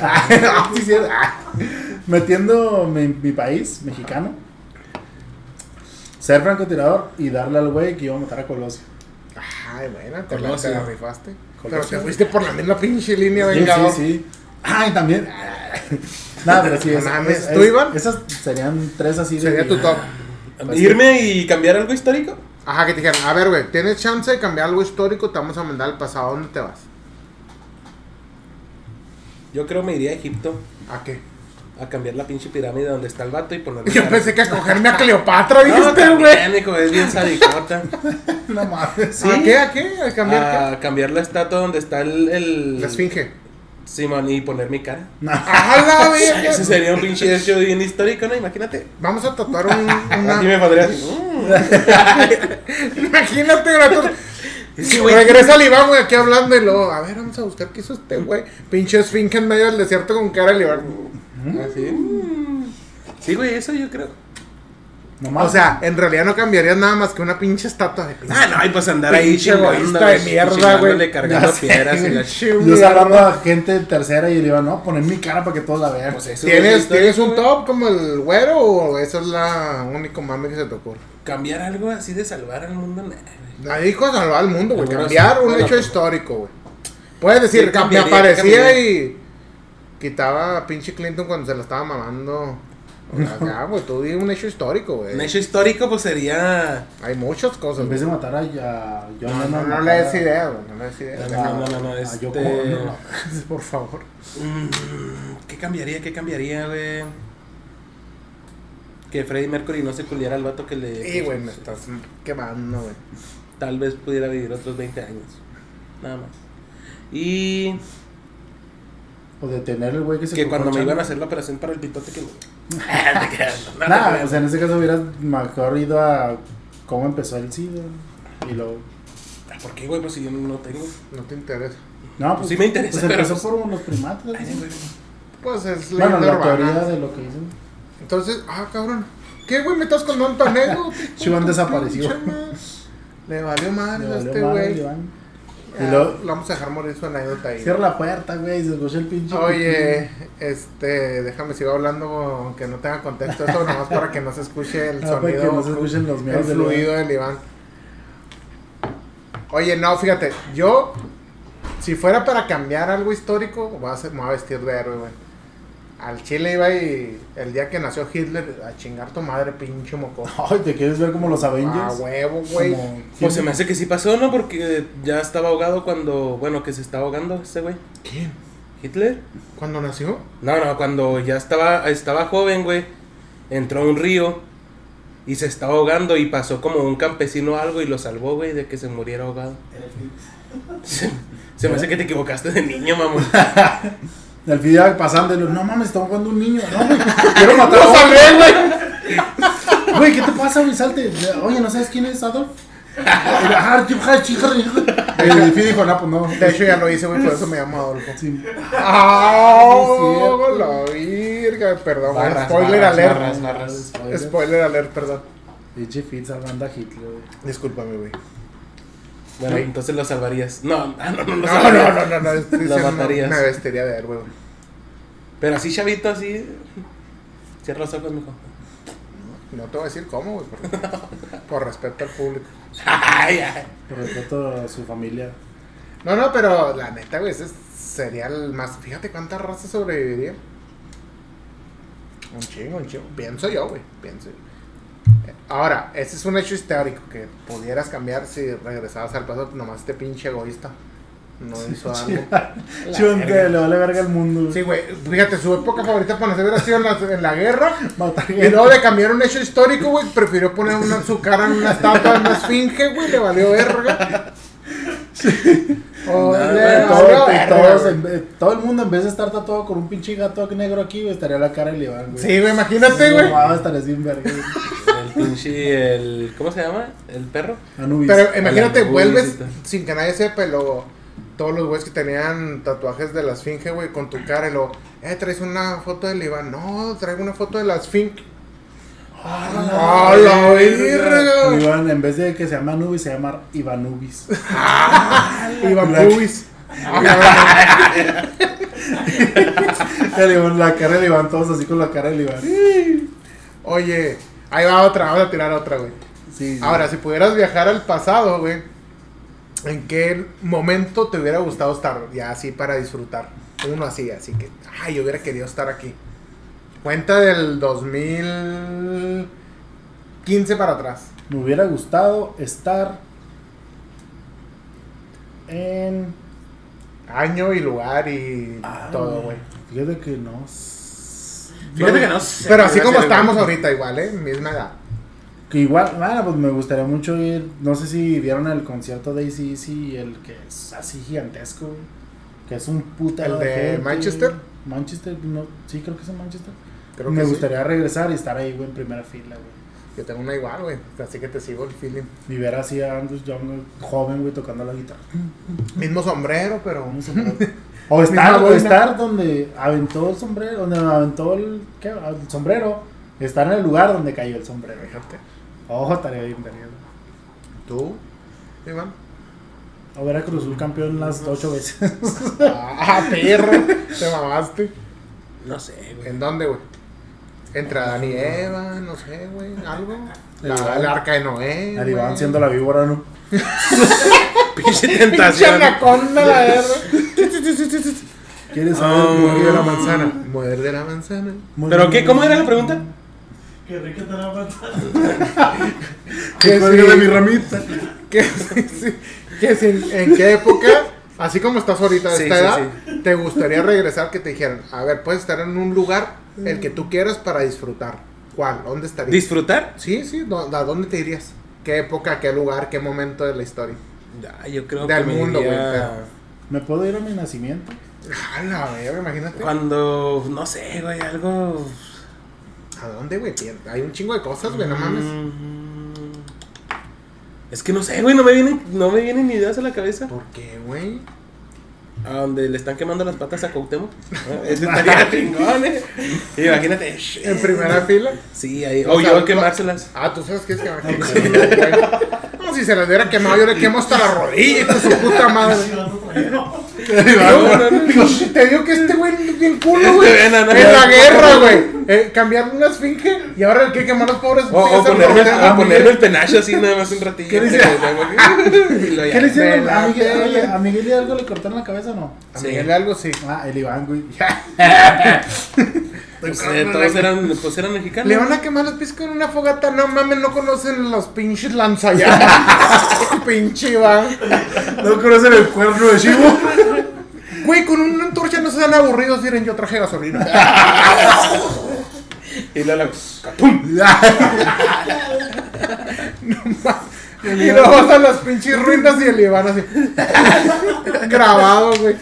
Ah, *laughs* sí, sí, ah. Metiendo mi, mi país, mexicano. Ser francotirador y darle al güey que iba a matar a Colosio. Ay, bueno, te la, Colosio. te la rifaste. Pero te Colosio. fuiste por la misma pinche línea, Sí, vengador. sí, sí. Ah, y también. *laughs* Nada, pero sí. No es- mames, es- ¿tú, es- Iván? Esas serían tres así. de Sería que- ah, pues tu top. ¿Irme y cambiar algo histórico? Ajá, que te dijeron, a ver, güey, tienes chance de cambiar algo histórico, te vamos a mandar al pasado, ¿a ¿dónde te vas? Yo creo me iría a Egipto. ¿A qué? a cambiar la pinche pirámide donde está el vato y ponerle. *laughs* Yo cara. pensé que a cogerme a Cleopatra, No, dijiste, güey. también, hijo, es bien sadicota. No mames. Ah, Sí. ¿A qué? ¿A qué? ¿A *laughs* cambiar qué? a cambiar la estatua donde está el. el... La esfinge. Simón, y poner mi cara. ¡A *laughs* la verga! Ese sería un pinche hecho bien histórico, ¿no? Imagínate. Vamos a tatuar un, *laughs* una. Así me pondría así. "Mm". Imagínate, gratuito. Sí, güey. Regresa al Iván, güey, aquí hablando y luego, a ver, vamos a buscar qué hizo este, güey. Pinche esfinge en medio del desierto con cara de Iván. Así. ¿Ah, Mm. Sí, güey, eso yo creo. No O mames. sea, en realidad no cambiaría nada más que una pinche estatua de pinche. Ah, no, y pues andar ahí Pinche chingando. egoísta de mierda, güey. cargando Ya sé, piedras y la Pinche yo salvando mierda. a gente tercera y le iba, no, poner mi cara para que todos la vean. Pues eso es ¿Tienes, historia, ¿Tienes un güey. top como el güero o esa es la único mame que se te ocurre? Cambiar algo así de salvar al mundo, nah, güey. Nadie dijo salvar al mundo, güey. Bueno, Cambiar sí, un bueno, hecho pues. histórico, güey. Puedes decir, Sí, que me cambiaría, aparecía cambiaría. y quitaba a pinche Clinton cuando se la estaba mamando. O *laughs* sea, acá, güey, tú di un hecho histórico, Un güey. hecho histórico, pues sería. Hay muchas cosas, Pues En vez güey. de matar a, a John No, no, Lennon, no le matar des a- idea, güey. No le des idea. No, Deja- no, no, no, a este- Yoko Ono, no. *laughs* Por favor. Mm, ¿Qué cambiaría? ¿Qué cambiaría, güey? Que Freddie Mercury no se culiara al vato que le. pues, Sí, güey, me estás quemando, güey. Tal vez pudiera vivir otros 20 años. Nada más. Y O detener el güey que se que cuando me cochó. iban a hacer la operación para el pitote *laughs* que me. No, no, Nah, no. o sea, en ese caso hubieras mejor ido a cómo empezó el SIDA. Y luego. ¿Por qué, güey? Pues si yo no tengo. No te interesa. No, Sí me interesa, Pues pero empezó pues- por unos primates. ¿no? Ay, güey. Pues es Bueno, leyenda la urbana. teoría de lo que dicen. Entonces, ah, cabrón. ¿Qué, güey? ¿Me estás contando tu *laughs* anécdota? Chiván desapareció. Pinche madre. Le valió Le madre a valió este madre, güey. Iván. Ya, Y luego- lo vamos a dejar morir su anécdota ahí. Cierra la puerta, güey, y se escucha el pinche. Oye, este, déjame sigo hablando aunque no tenga contexto esto *laughs* nomás para que no se escuche el Ah, para sonido, que no se escuchen los el miedos del fluido del Iván. Oye, no, fíjate, yo si fuera para cambiar algo histórico, voy a hacer- me voy a vestir de héroe, güey. Al Chile iba y el día que nació Hitler, a chingar tu madre, pinche mocoso. Ay, ¿te quieres ver como los A Avengers? huevo, Ah, güey. Como- Pues se me hace que sí pasó, ¿no? Porque ya estaba ahogado cuando. Bueno, que se está ahogando ese güey. ¿Quién? ¿Hitler? ¿Cuándo nació? No, no, cuando ya estaba, estaba joven, güey, entró a un río y se estaba ahogando y pasó como un campesino o algo y lo salvó, güey, de que se muriera ahogado. Se, se me hace que te equivocaste de niño, mamón. Al final pasando, y lo- no mames, estamos jugando un niño. No, güey, *laughs* quiero matar a otro. güey! Güey, ¿qué te pasa, güey? Salte. Oye, ¿no sabes quién es Adolf? Ah, chip, ja, chip, ja, ja. El Fi dijo, no, pues no. De hecho, ya lo hice, güey, por eso *laughs* me llamo Adolfo. Sí. ¡Ah! la virga, perdón, güey, Barras, spoiler barras, alert. barras, barras. Spoiler alert, perdón. Pinche Fit salvando a Hitler, güey. Discúlpame, güey. Bueno, Sí. entonces lo salvarías. No, ah, no, no, No, lo no, salvarías. no, no, no, estoy Lo diciendo, matarías. me vestiría de héroe, güey. Pero así, chavito, así. Cierra los ojos, mijo. *laughs* No te voy a decir cómo, güey, porque- por respeto al público. Ay, ay. Por respeto a su familia. No, no, pero la neta, güey, ese sería el más. Fíjate cuánta raza sobreviviría. Un chingo, un chingo. Pienso yo, güey. Pienso yo. Eh, Ahora, ese es un hecho histórico que pudieras cambiar si regresabas al pasado. Nomás este pinche egoísta no hizo algo. *laughs* Chunte, le vale verga el mundo. Sí, Sí. güey. Fíjate, su época favorita para nacer hubiera sido en la, en la *laughs* guerra. Matar Y luego de cambiar un hecho histórico, güey, prefirió poner una, su cara en una estatua, en una esfinge, güey, le valió verga. Oh, Nada, le güey, Ah, Todo, valió y verga, todos güey. en vez- todo el mundo, en vez de estar tatuado con un pinche gato negro aquí, güey, estaría la cara de Iván, güey. Sí, güey, imagínate, güey. Mamado, estaría sin verga. güey. El pinche, el. ¿Cómo se llama? El perro. Anubis. Pero imagínate, Uy, vuelves visita. sin que nadie sepa, y luego todos los güeyes que tenían tatuajes de la esfinge, güey, con tu cara, y luego, eh, traes una foto del Iván. No, traigo una foto de la esfinge. ¡Ah, la verga! Con Iván, en vez de que se llama Anubis, se llama Ivanubis. *laughs* Iván Black. Pubis. Ah, cabrón. El Iván, la cara de Iván, todos así con la cara de Iván. Oye, ahí va otra, vamos a tirar otra, güey. Sí, sí. Ahora, si pudieras viajar al pasado, güey, ¿en qué momento te hubiera gustado estar? Ya así para disfrutar. Uno así, así que, ay, yo hubiera querido estar aquí. Cuenta del 2015 para atrás. Me hubiera gustado estar en. Año y lugar y Ah, todo, Ah, güey. güey. Fíjate que no. s- Fíjate que no sé. Pero así Gracias, como güey. estábamos ahorita, igual, ¿eh? Misma edad. Que igual, nada, pues me gustaría mucho ir. No sé si vieron el concierto de ACDC, el que es así gigantesco, güey, que es un puta. ¿El de Manchester? Manchester, no, sí, creo que es en Manchester. Creo me que sí. gustaría regresar y estar ahí, güey, en primera fila, güey. Yo tengo una igual, güey. Así que te sigo el feeling. Y ver así a Andrew Young, güey, joven, güey, tocando *laughs* la guitarra. Mismo sombrero, pero. No sé, pero- o estar, Misma o boina. estar donde aventó el sombrero, donde aventó el, ¿qué? el sombrero. Estar en el lugar donde cayó el sombrero. Fíjate. Ojo, estaría bien, verga, güey. ¿Tú, Iván? *laughs* O ver a Cruz Azul campeón las ocho veces. ¡Ah, perro! Te mamaste. No sé, *laughs* güey. ¿En dónde, güey? Entre Adán y Eva, no sé, güey, algo. La, el arca de *laughs* Noé. Al Iván siendo la víbora, ¿no? Pinche *laughs* Pinche tentación. anaconda, la verga. ¿Quieres saber Ah. por Muerde qué la la manzana. Muerde la manzana. Muy ¿Pero bien. qué? ¿Cómo era la pregunta? Qué rica está la pata. Que Que cuelgue de sí. mi ramita. Que, sí, sí. que si- en qué época, así como estás ahorita de Sí, esta sí, edad, te gustaría regresar que te dijeran, a ver, puedes estar en un lugar el que tú quieras para disfrutar. ¿Cuál? ¿Dónde estarías? ¿Disfrutar? sí, sí, ¿dó- ¿a dónde te irías? ¿Qué época, qué lugar, qué momento de la historia? Ah, yo creo Del que me mundo, iría güey, pero- ¿Me puedo ir a mi nacimiento? *laughs* A la verga, imagínate. Cuando, no sé, güey, algo... ¿A dónde, güey? Tien- Hay un chingo de cosas, güey, no mames. Mm. Es que no sé, güey, no me vienen, no me vienen ideas a la cabeza. ¿Por qué, güey? A donde le están quemando las patas a Cuauhtémoc. *laughs* Ah, Ese *laughs* estaría chingón, eh. Imagínate. En primera fila. Sí, ahí. O O sea, yo a tú- quemárselas. Eh, Ah, tú sabes que es que me Como si se las hubiera quemado, yo le quemo hasta la rodilla, hijo de su puta madre. No, no, no. Digo, te digo que este güey es bien culo, güey. Ven, no, no, en la no. guerra, güey. Eh, cambiar una esfinge y ahora el que quemó a los pobres. O, o es el ah, ponerme, Rodrigo o ponerme el Ramírez. penacho así nada más un ratillo. ¿Qué *laughs* dice? Y lo ya. ¿Qué le hicieron? la ¿A Miguel, tele. oye, ¿A Miguel Hidalgo le cortaron la cabeza o no? A Miguel algo sí. Ah, el Iván, güey. Pues, eh, todos eran, pues eran mexicanos. Le van a quemar los pies con una fogata. No mames, no conocen los pinches *laughs* lanzallamas. Pinche Iván. ¿No conocen el cuerno de Chivo? Güey, con una antorcha no se dan aburridos. Miren, yo traje gasolina. Y pues, luego Ah, la- *laughs* Y luego vas a las pinches ruinas y el Iván *laughs* así. Grabado, güey.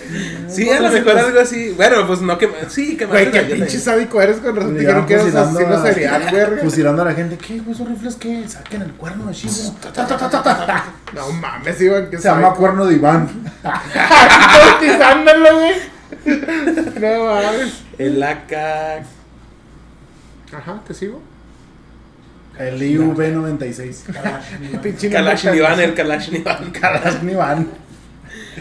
Sí, a lo mejor algo así. Bueno, pues no quemar. Sí, quemar. Güey, qué pinche sádico eres con razón. Te dijeron que eres asesino serial, *laughs* güey. Fusilando a la gente. ¿Qué, güey? ¿Esos rifles qué? Saquen el cuerno de Chivo. No mames, Iván, que Se llama cuerno de Iván. Bautizándolo, güey. No mames. El AK. Ajá, te sigo. El IUV96. Pinche Kalashnikov, Iván. el Kalashnikov. Caras, ni Iván.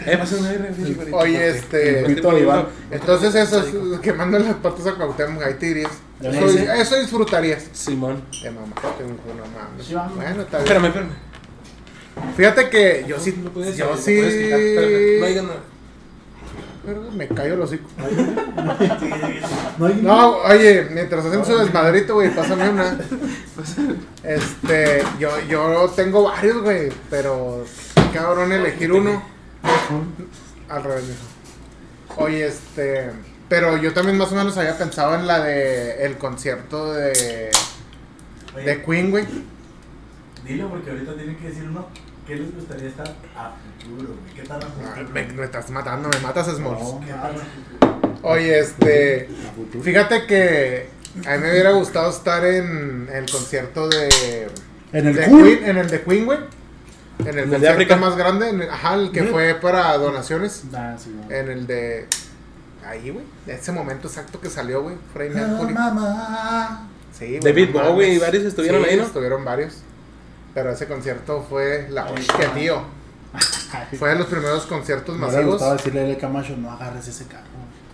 Eh, pasa una refri- Oye, El este. pito de Iván. Entonces, eso, quemando las patas a Cuauhtémoc, ahí te irías. Ya Eso, me hice. eso disfrutarías. Simón. Te mamaste, güey, no mames. Sí, vamos. Bueno, está bien. Espérame, espérame. Fíjate que yo sí. Lo puedes- Yo lo puedes quitar, espérame. No digas sí. nada. Pero Me callo los hocico. No hay No, oye, mientras hacen su desmadrito, güey, pásame una. Este, yo, yo tengo varios, güey, pero cabrón elegir uno. Al revés, mijo. Oye, este, pero yo también más o menos había pensado en la de el concierto de de Queen, güey. Dilo porque ahorita tienen que decir uno. ¿Qué les gustaría estar a futuro, güey? ¿Qué tal a Ay, futuro? Me, me estás matando, me matas, Smalls. ¿Qué tal a futuro? Oye, este, futuro. fíjate que a mí me hubiera gustado estar en el concierto de En el de culo. Queen, en el de Queen, güey. En el, de concierto África. más grande, en el- ajá, el que Mm. fue para donaciones. Ah, sí, no. En el de. Ahí, güey. Ese momento exacto que salió, güey. Freddie Ah, Mercury. mamá. Sí, güey, David no mames. Bowie y varios estuvieron Sí, ahí, ¿no? Estuvieron varios. Pero ese concierto fue la hostia, tío. Fue de los primeros conciertos Me hubiera masivos. gustado decirle a L. Camacho, no agarres ese carro.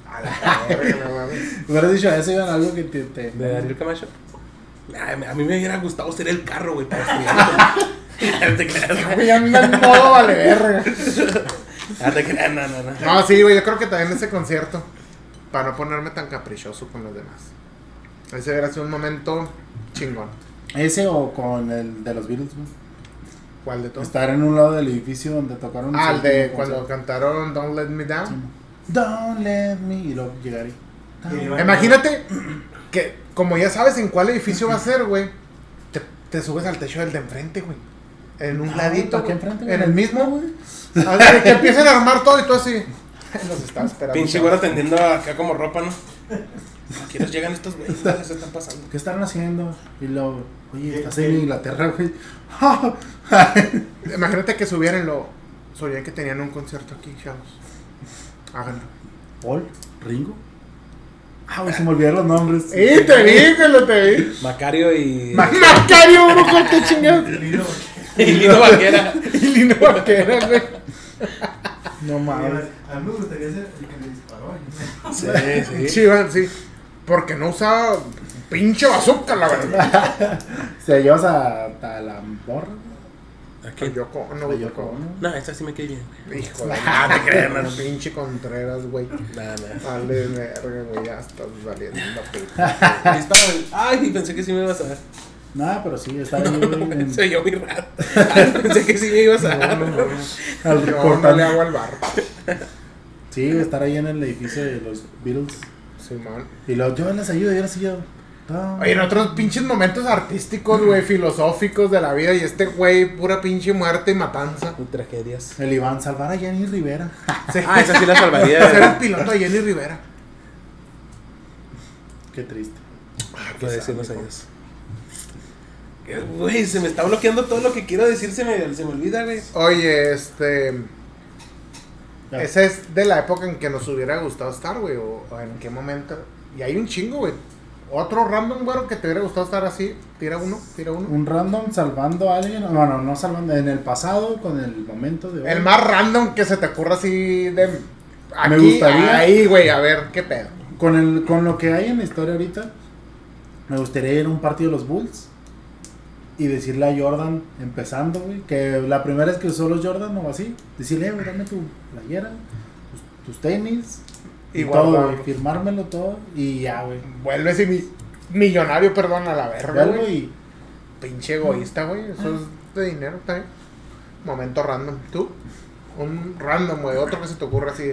A la verga, no *laughs* mames. Me hubieras dicho, ese era algo que te... te- De Ariel Camacho. Ay, me- a mí me hubiera gustado ser el carro, güey, para estudiar. *laughs* No te creas, güey. Güey, *laughs* anda en modo vale verga. No te creas, no, no, no. No, sí, güey, yo creo que también ese concierto. Para no ponerme tan caprichoso con los demás. Ese era sido un momento chingón. Ese o con el de los Beatles, güey. ¿Cuál de todos? Estar en un lado del edificio donde tocaron... Ah, el de Sí, cuando con- cantaron Don't Let Me Down. Don't let me... Y luego llegaré. Sí, Imagínate que como ya sabes en cuál edificio va a ser, güey, te, te subes al techo del de enfrente, güey. En un Ah, ladito. ¿para güey, qué enfrente, güey? en el mismo, güey. *laughs* A ver, que empiecen a armar todo y tú así. *laughs* Nos está esperando. Pinche chaval. güero tendiendo acá como ropa, ¿no? Aquí nos llegan estos güeyes, ¿qué les están pasando? ¿Qué estarán haciendo? Y luego, oye, ¿Qué- estás qué? en Inglaterra, güey. *laughs* Imagínate que subieran lo. Sabían que tenían un concierto aquí, chavos. Háganlo. Paul, Ringo. Ah, güey, se me olvidaron los nombres. ¡Eh, te vi, que lo te vi! Macario y. Ma- *laughs* Macario, brujo, qué chingados. Lilo, y Lino Vaquera. *laughs* Y Lino Vaquera, güey. *laughs* No mames. a mí me gustaría ser el que le disparó. ¿eh? ¿no? Sí, sí. Sí, van, sí. Porque no usaba pinche bazooka, la *laughs* verdad. Se llevas a, a la morra. Aquí. Yo con, no, güey, yo a Yoko con. Ono. No, esta sí me cae bien. Hijo de madre, *laughs* te creas, hermano, pinche Contreras, güey. Nada, nada. Vale, verga, güey, ya estás valiendo la *laughs* Dispara, güey. Eh, Ay, pensé que sí me ibas a dar. Nada, pero sí, está ahí *laughs* Mm. *laughs* en- Soy yo muy raro. Ay, pensé que sí me ibas a dar. al Yo no le recortar. hago al bar. Sí, estar ahí en el edificio de los Beatles. Simón. Y luego, yo les ayudo, yo les ayudo. No. Oye, en otros pinches momentos artísticos, Mm. güey, filosóficos de la vida. Y este güey, pura pinche muerte y matanza. Y tragedias. El Iván, salvar a Jenny Rivera. Sí. *laughs* Ah, esa sí la salvaría. *laughs* Ser güey. el piloto de Jenny Rivera. Qué triste. Puede decirnos adiós. Eh, Güey, se me está bloqueando todo lo que quiero decir, se me, se me olvida, güey. Oye, este. Ya. Esa es de la época en que nos hubiera gustado estar, güey, o, o en qué momento. Y hay un chingo, güey. Otro random, güero, que te hubiera gustado estar así. Tira uno, tira uno. Un random salvando a alguien. Bueno, no salvando. En el pasado, con el momento de hoy. El más random que se te ocurra así de. Aquí, gustaría. Ahí, güey, a ver, qué pedo. Con, el, con lo que hay en la historia ahorita, me gustaría ir a un partido de los Bulls y decirle a Jordan, empezando, güey, que la primera vez que usó los Jordan o así, decirle, eh, güey, dame tu playera, tus, tus tenis, y Igual, todo, güey. güey, firmármelo todo y ya, güey. Vuelves y mi- millonario, perdón, a la verga, Algo güey. y Pinche egoísta, güey. Eso es de dinero también. Momento random. ¿Tú? Un random, güey. Otro que se te ocurra así.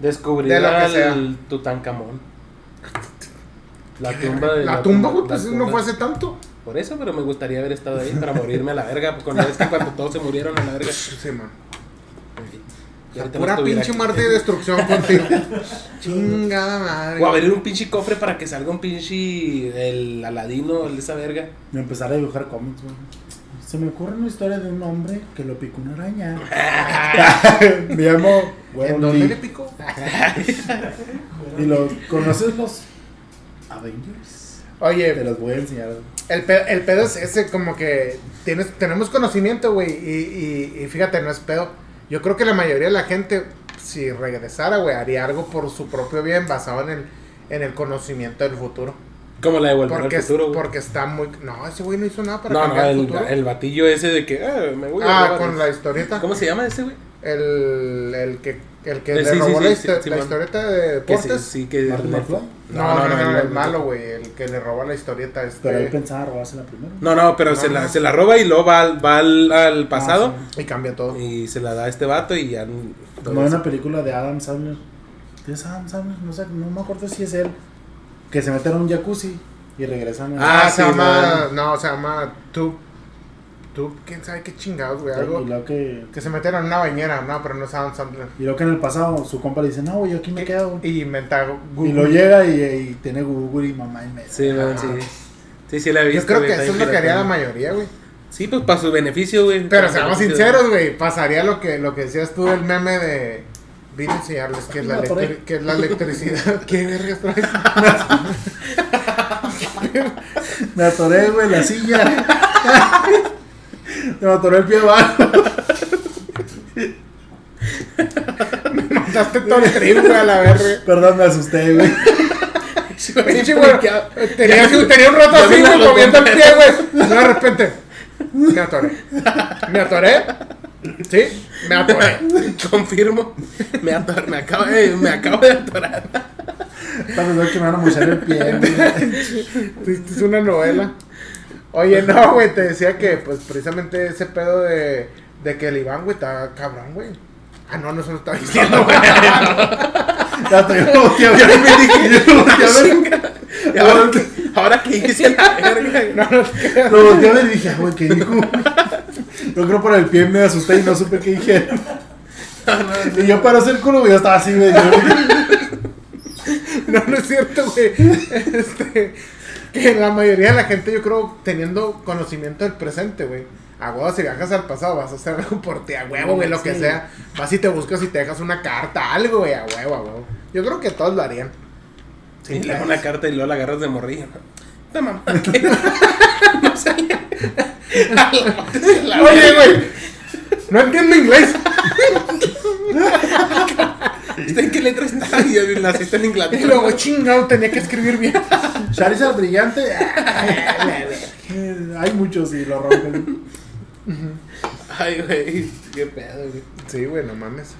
Descubrir De lo que al sea. Tutankamón. La tumba de. La tumba, güey, pues no la tumba. fue hace tanto. Por eso, pero me gustaría haber estado ahí para morirme a la verga. Porque cuando, es que cuando todos se murieron a la verga. Sí, man. Y ahorita no Pura estuviera pinche aquí. muerte y destrucción *laughs* contigo. Chingada madre. O abrir un pinche cofre para que salga un pinche. El aladino, el de esa verga. empezar a dibujar cómics, güey. Se me ocurre una historia de un hombre que lo picó *laughs* una araña. me llamo, güey, ¿En dónde Lee. le picó? Y los, ¿conoces los Avengers? Te Oye, los voy a enseñar. el pedo, el pedo es ese, como que tienes, tenemos conocimiento, güey. Y, y- y fíjate, no es pedo. Yo creo que la mayoría de la gente, si regresara, güey, haría algo por su propio bien basado en el, en el conocimiento del futuro. Como la de Volver Porque, al futuro, güey. porque está muy. No, ese güey no hizo nada para No, no, cambiar el, el, futuro. el batillo ese de que. "Ah, me voy a ah, robar con el- la historieta. ¿Cómo se llama ese, güey? El, el que, el que Eh, le sí, sí, robó sí, la, sí, histo- sí, la man. historieta de Que sí, deportes. sí, que. ¿Martin McFly? No, no, no, el malo, güey. El que le robó la historieta. Este, Pero él pensaba robarse la primera. No, no, pero No, se, la, no. se la roba y luego va, al- va al, al pasado Ah, Y cambia todo. y se la da a este vato y ya. sí. Como hay una película de Adam Sandler. ¿Qué es Adam Sandler? No, sé, no me acuerdo si es él. Que se meten a un jacuzzi y regresan a... Ah, Ah, se sí, llama. No, se llama. Tú. Tú, quién sabe qué chingados, güey. Y Algo. luego que... Que se metieron en una bañera, no, pero no es Adam Sandler. Y luego que en el pasado su compa le dice, no, güey, yo aquí me quedo. Y, Y inventa Google. lo llega y, y tiene Google y mamá y me... Sí, man, sí. Sí, sí, la he Ah. visto. Yo creo güey, que está eso es bien lo que haría la pirata. mayoría, güey. Sí, pues para su beneficio, güey. Pero Para seamos su beneficio. sinceros, güey, pasaría lo que, lo que decías tú del meme de... Vine a enseñarles que es la, Me atoré. electri- qué es *laughs* la electricidad. ¿Qué vergas traes? *laughs* Me atoré, güey, la silla. me atoré el pie abajo. Mandaste todo el trip, güey, a la verga. Perdón, me asusté, güey. *laughs* Sí, güey, Pinche, güey. Tenía, *laughs* tenía un rato Ya así, vi la güey, los moviendo el pie, güey. De repente. Me atoré. Me atoré. Sí, me atoré. Confirmo. Me, ator- me, acabo de, me acabo *laughs* de atorar. Está pensando que me van a mochar el pie, güey. Esto es una novela. Oye, no, güey, te decía que, pues, precisamente ese pedo de, de que el Iván, güey, está cabrón, güey. Ah, no, no se lo estaba *laughs* diciendo, güey. Ya te- yo volteé a ver- yo volteé a ver- Y ahora, que- Ahora que hice la verga. No, no, Lo volteé a ver y dije, "Ah, güey, ¿qué dijo? Yo creo por el pie me asusté y no supe qué dije. No, no, Y yo para hacer culo, güey, yo estaba así, güey. yo- *laughs* no, no es cierto, güey. Este, que la mayoría de la gente, yo creo, teniendo conocimiento del presente, güey. A huevo, si viajas al pasado, vas a hacer algo por ti, a huevo, güey, lo que Sí. sea. Vas y te buscas y te dejas una carta, algo, güey, a huevo, a huevo. Yo creo que todos lo harían. Sí, Sí, le claro. das una carta y luego la agarras de morrillo. Esta mamá. ¿qué? No sabía. A la- a la- Oye, güey, no entiendo inglés. ¿Está en qué letra está? *laughs* Y yo naciste en Y Inglaterra. luego, chingado, tenía que escribir bien. Charizard brillante. eh, Hay muchos y lo rompen. Ay, güey. Qué pedo, güey. Sí, güey, no mames.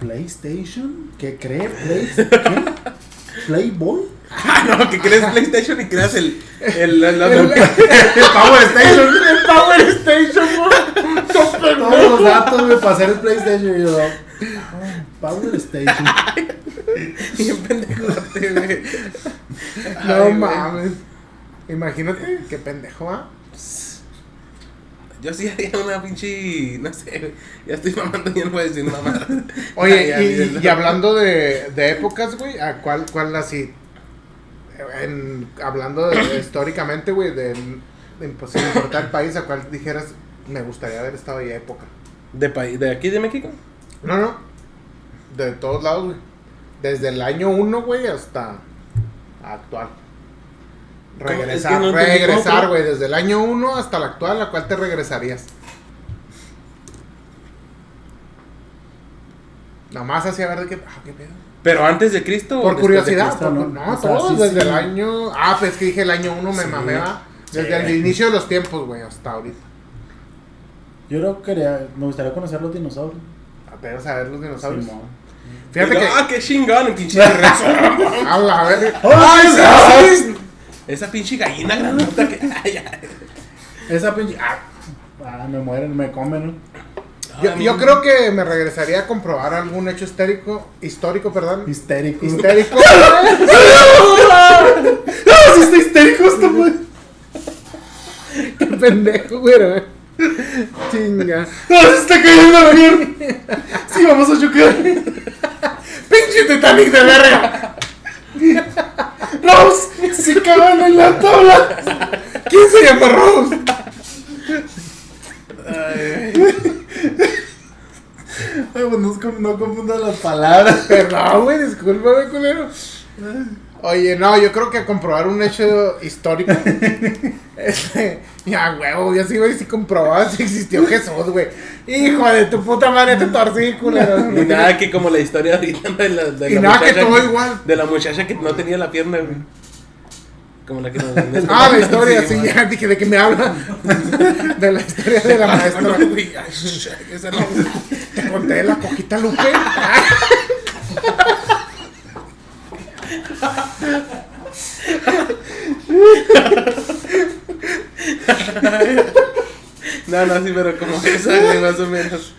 ¿PlayStation? ¿Qué cree? Play- ¿Qué? ¿Playboy? *laughs* Ah, no, que creas PlayStation y creas el. El. El. El- el- *laughs* Power Station. El Power Station, güey. Son Todos los pendejos. datos, güey, para hacer el PlayStation. Y yo, ah, Power Station. Bien pendejote, güey. Ay, No güey. mames. Imagínate, qué pendejo, ¿ah? Yo sí haría una pinche. No sé, güey. Ya estoy mamando, ya no voy a decir *laughs* mamada. Ay, Oye, ya, y- y, mírenlo. hablando de, de épocas, güey, ¿a cuál, cuál así? En- hablando de- históricamente, güey, de, de pues, sin importar el país, ¿a cuál dijeras me gustaría haber estado y época? ¿De, país- ¿De aquí de México? No, no. De todos lados, güey. Desde el año 1, güey, hasta actual. ¿Cómo? Es que Regresar, no entendí, ¿cómo, regresar, cómo? güey, desde el año 1 hasta la actual, ¿a cuál te regresarías? Nomás así a ver de qué, ah, qué pedo. ¿Pero antes de Cristo? o Por después de curiosidad, por- Cristo, ¿no? no, O sea, todos sí, desde sí. el año. Ah, pues que dije el año 1 me Sí. mamé, ¿va? Desde Sí. el inicio de los tiempos, güey, hasta ahorita. Yo creo que quería- me gustaría conocer los dinosaurios. Apenas a ver los dinosaurios. Simón. Fíjate Y que. luego, *laughs* Ah, qué chingón, pinche regreso. A la verga. ¡Ay, sí! *laughs* Esa pinche gallina grandota que. Ay, ay. Esa pinche. Ah, ah, me mueren, me comen, ¿no? Yo, yo creo que me regresaría a comprobar algún hecho histérico, histórico, perdón. Histérico. *laughs* Histérico. ¡Ah, sí está histérico esto, güey! Qué pendejo, güey. Chinga. ¡No, se está cayendo la mierda! ¡Sí, vamos a chocar! Pinche Titanic de verga. ¡Rose! ¡Se cagan en la tabla! ¿Quién se llama Rose? Ay, pues no, es- no confundas las palabras. Perdón, güey, discúlpame, culero. Oye, no, yo creo que comprobar un hecho *laughs* histórico. Este, ya, huevo, yo sí, güey, si comprobaba si existió Jesús, güey. Hijo de tu puta madre, te torcí, culero. Y nada que como la historia ahorita de la, de Y la nada que muchacha todo igual. De la muchacha que no tenía la pierna, güey. Como la que nos *laughs* Ah, la historia, sí, güey. ya dije de qué me habla. *laughs* De la historia de la Ah, maestra. bueno, güey, ay, *laughs* sh- esa no. Te conté de la cojita Lupe. No, no, sí, pero como *laughs* esa, güey, más o menos.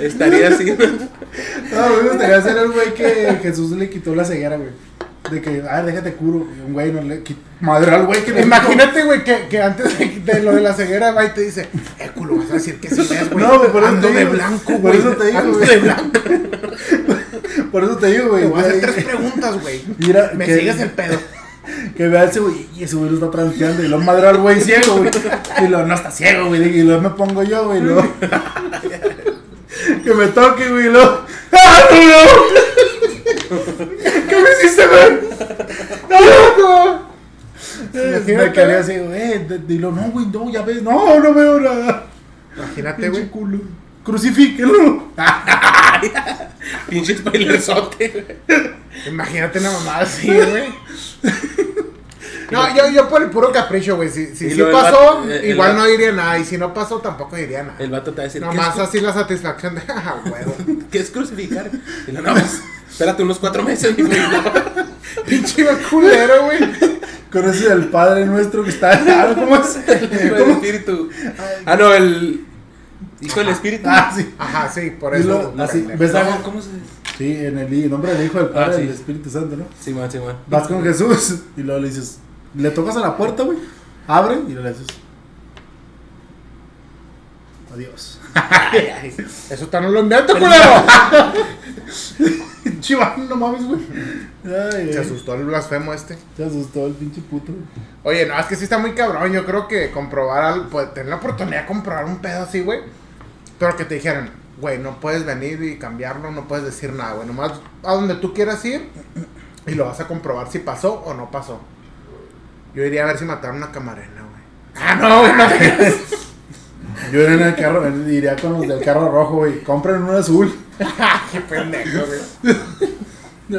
Estaría así. ¿no? No, me gustaría ser el güey que Jesús le quitó la ceguera, güey. De que, ah, déjate curo. Y Un güey no le quit- Madre al güey que le Imagínate, güey, que, que antes de, de lo de la ceguera va y te dice, eh, culo, vas a decir que sí ves, güey. No, güey, por eso Ando te de digo. blanco, Por güey. eso te digo, Ando güey. de blanco. quitó. *laughs* Por eso te digo, güey. Te voy a hacer tres güey, preguntas, güey. Mira, Me que- sigues el *laughs* pedo. Que vea ese güey. Y ese güey lo está tranqueando. Y lo madre al güey ciego, güey. Y lo, no está ciego, güey. Y luego me pongo yo, güey. y luego- *laughs* Que me toque, güey. Y luego, *laughs* ¡Ah, no! ¿Qué me hiciste, güey? Me Imagínate, quedé así, güey, de- dilo, no, güey, no, ya ves, no, no veo nada. Imagínate, Pinche güey. culo. Crucifíquelo. Pinche spoilerzote, güey. Imagínate una *laughs* mamada así, güey. No, yo, yo por el puro capricho, güey. Si, si, Y si lo del pasó, vato- eh, el- el igual vato- no diría nada. Y si no pasó, tampoco diría nada. El vato te va a decir. ¿qué es Nomás así la satisfacción de, *laughs* ah, huevo. ¿Qué es crucificar? Y la no, pues, espérate unos cuatro meses, mi güey. *laughs* no. Pinche culero, güey. Con ese del Padre Nuestro que está Ah, ¿Cómo es? El espíritu. Ah, no, el. Hijo del espíritu. Ah, sí. Ajá, sí, por Dilo eso. así, pendejo. ¿ves? No, ¿Cómo se.? Sí, en el, en nombre del Hijo del Padre Ah, sí. y del Espíritu Santo, ¿no? Simón, Simón. Vas con Jesús y luego le dices, Le tocas a la puerta, güey. Abre y le haces. Adiós. *laughs* Eso tan no lo invento, culero. Chiván, no mames, güey. Ay, Se güey. asustó el blasfemo este. Se asustó el pinche puto. güey. Oye, no, es que sí está muy cabrón. Yo creo que comprobar algo, pues, tener la oportunidad de comprobar un pedo así, güey. Pero que te dijeran, güey, no puedes venir y cambiarlo, no puedes decir nada, güey. Nomás a donde tú quieras ir y lo vas a comprobar si pasó o no pasó. Yo iría a ver si mataron a Camarena, güey. Ah, no, güey, no te creas. *laughs* Yo iría en el carro, iría con los del carro rojo, güey. Compren uno azul. Ah, Qué pendejo, güey.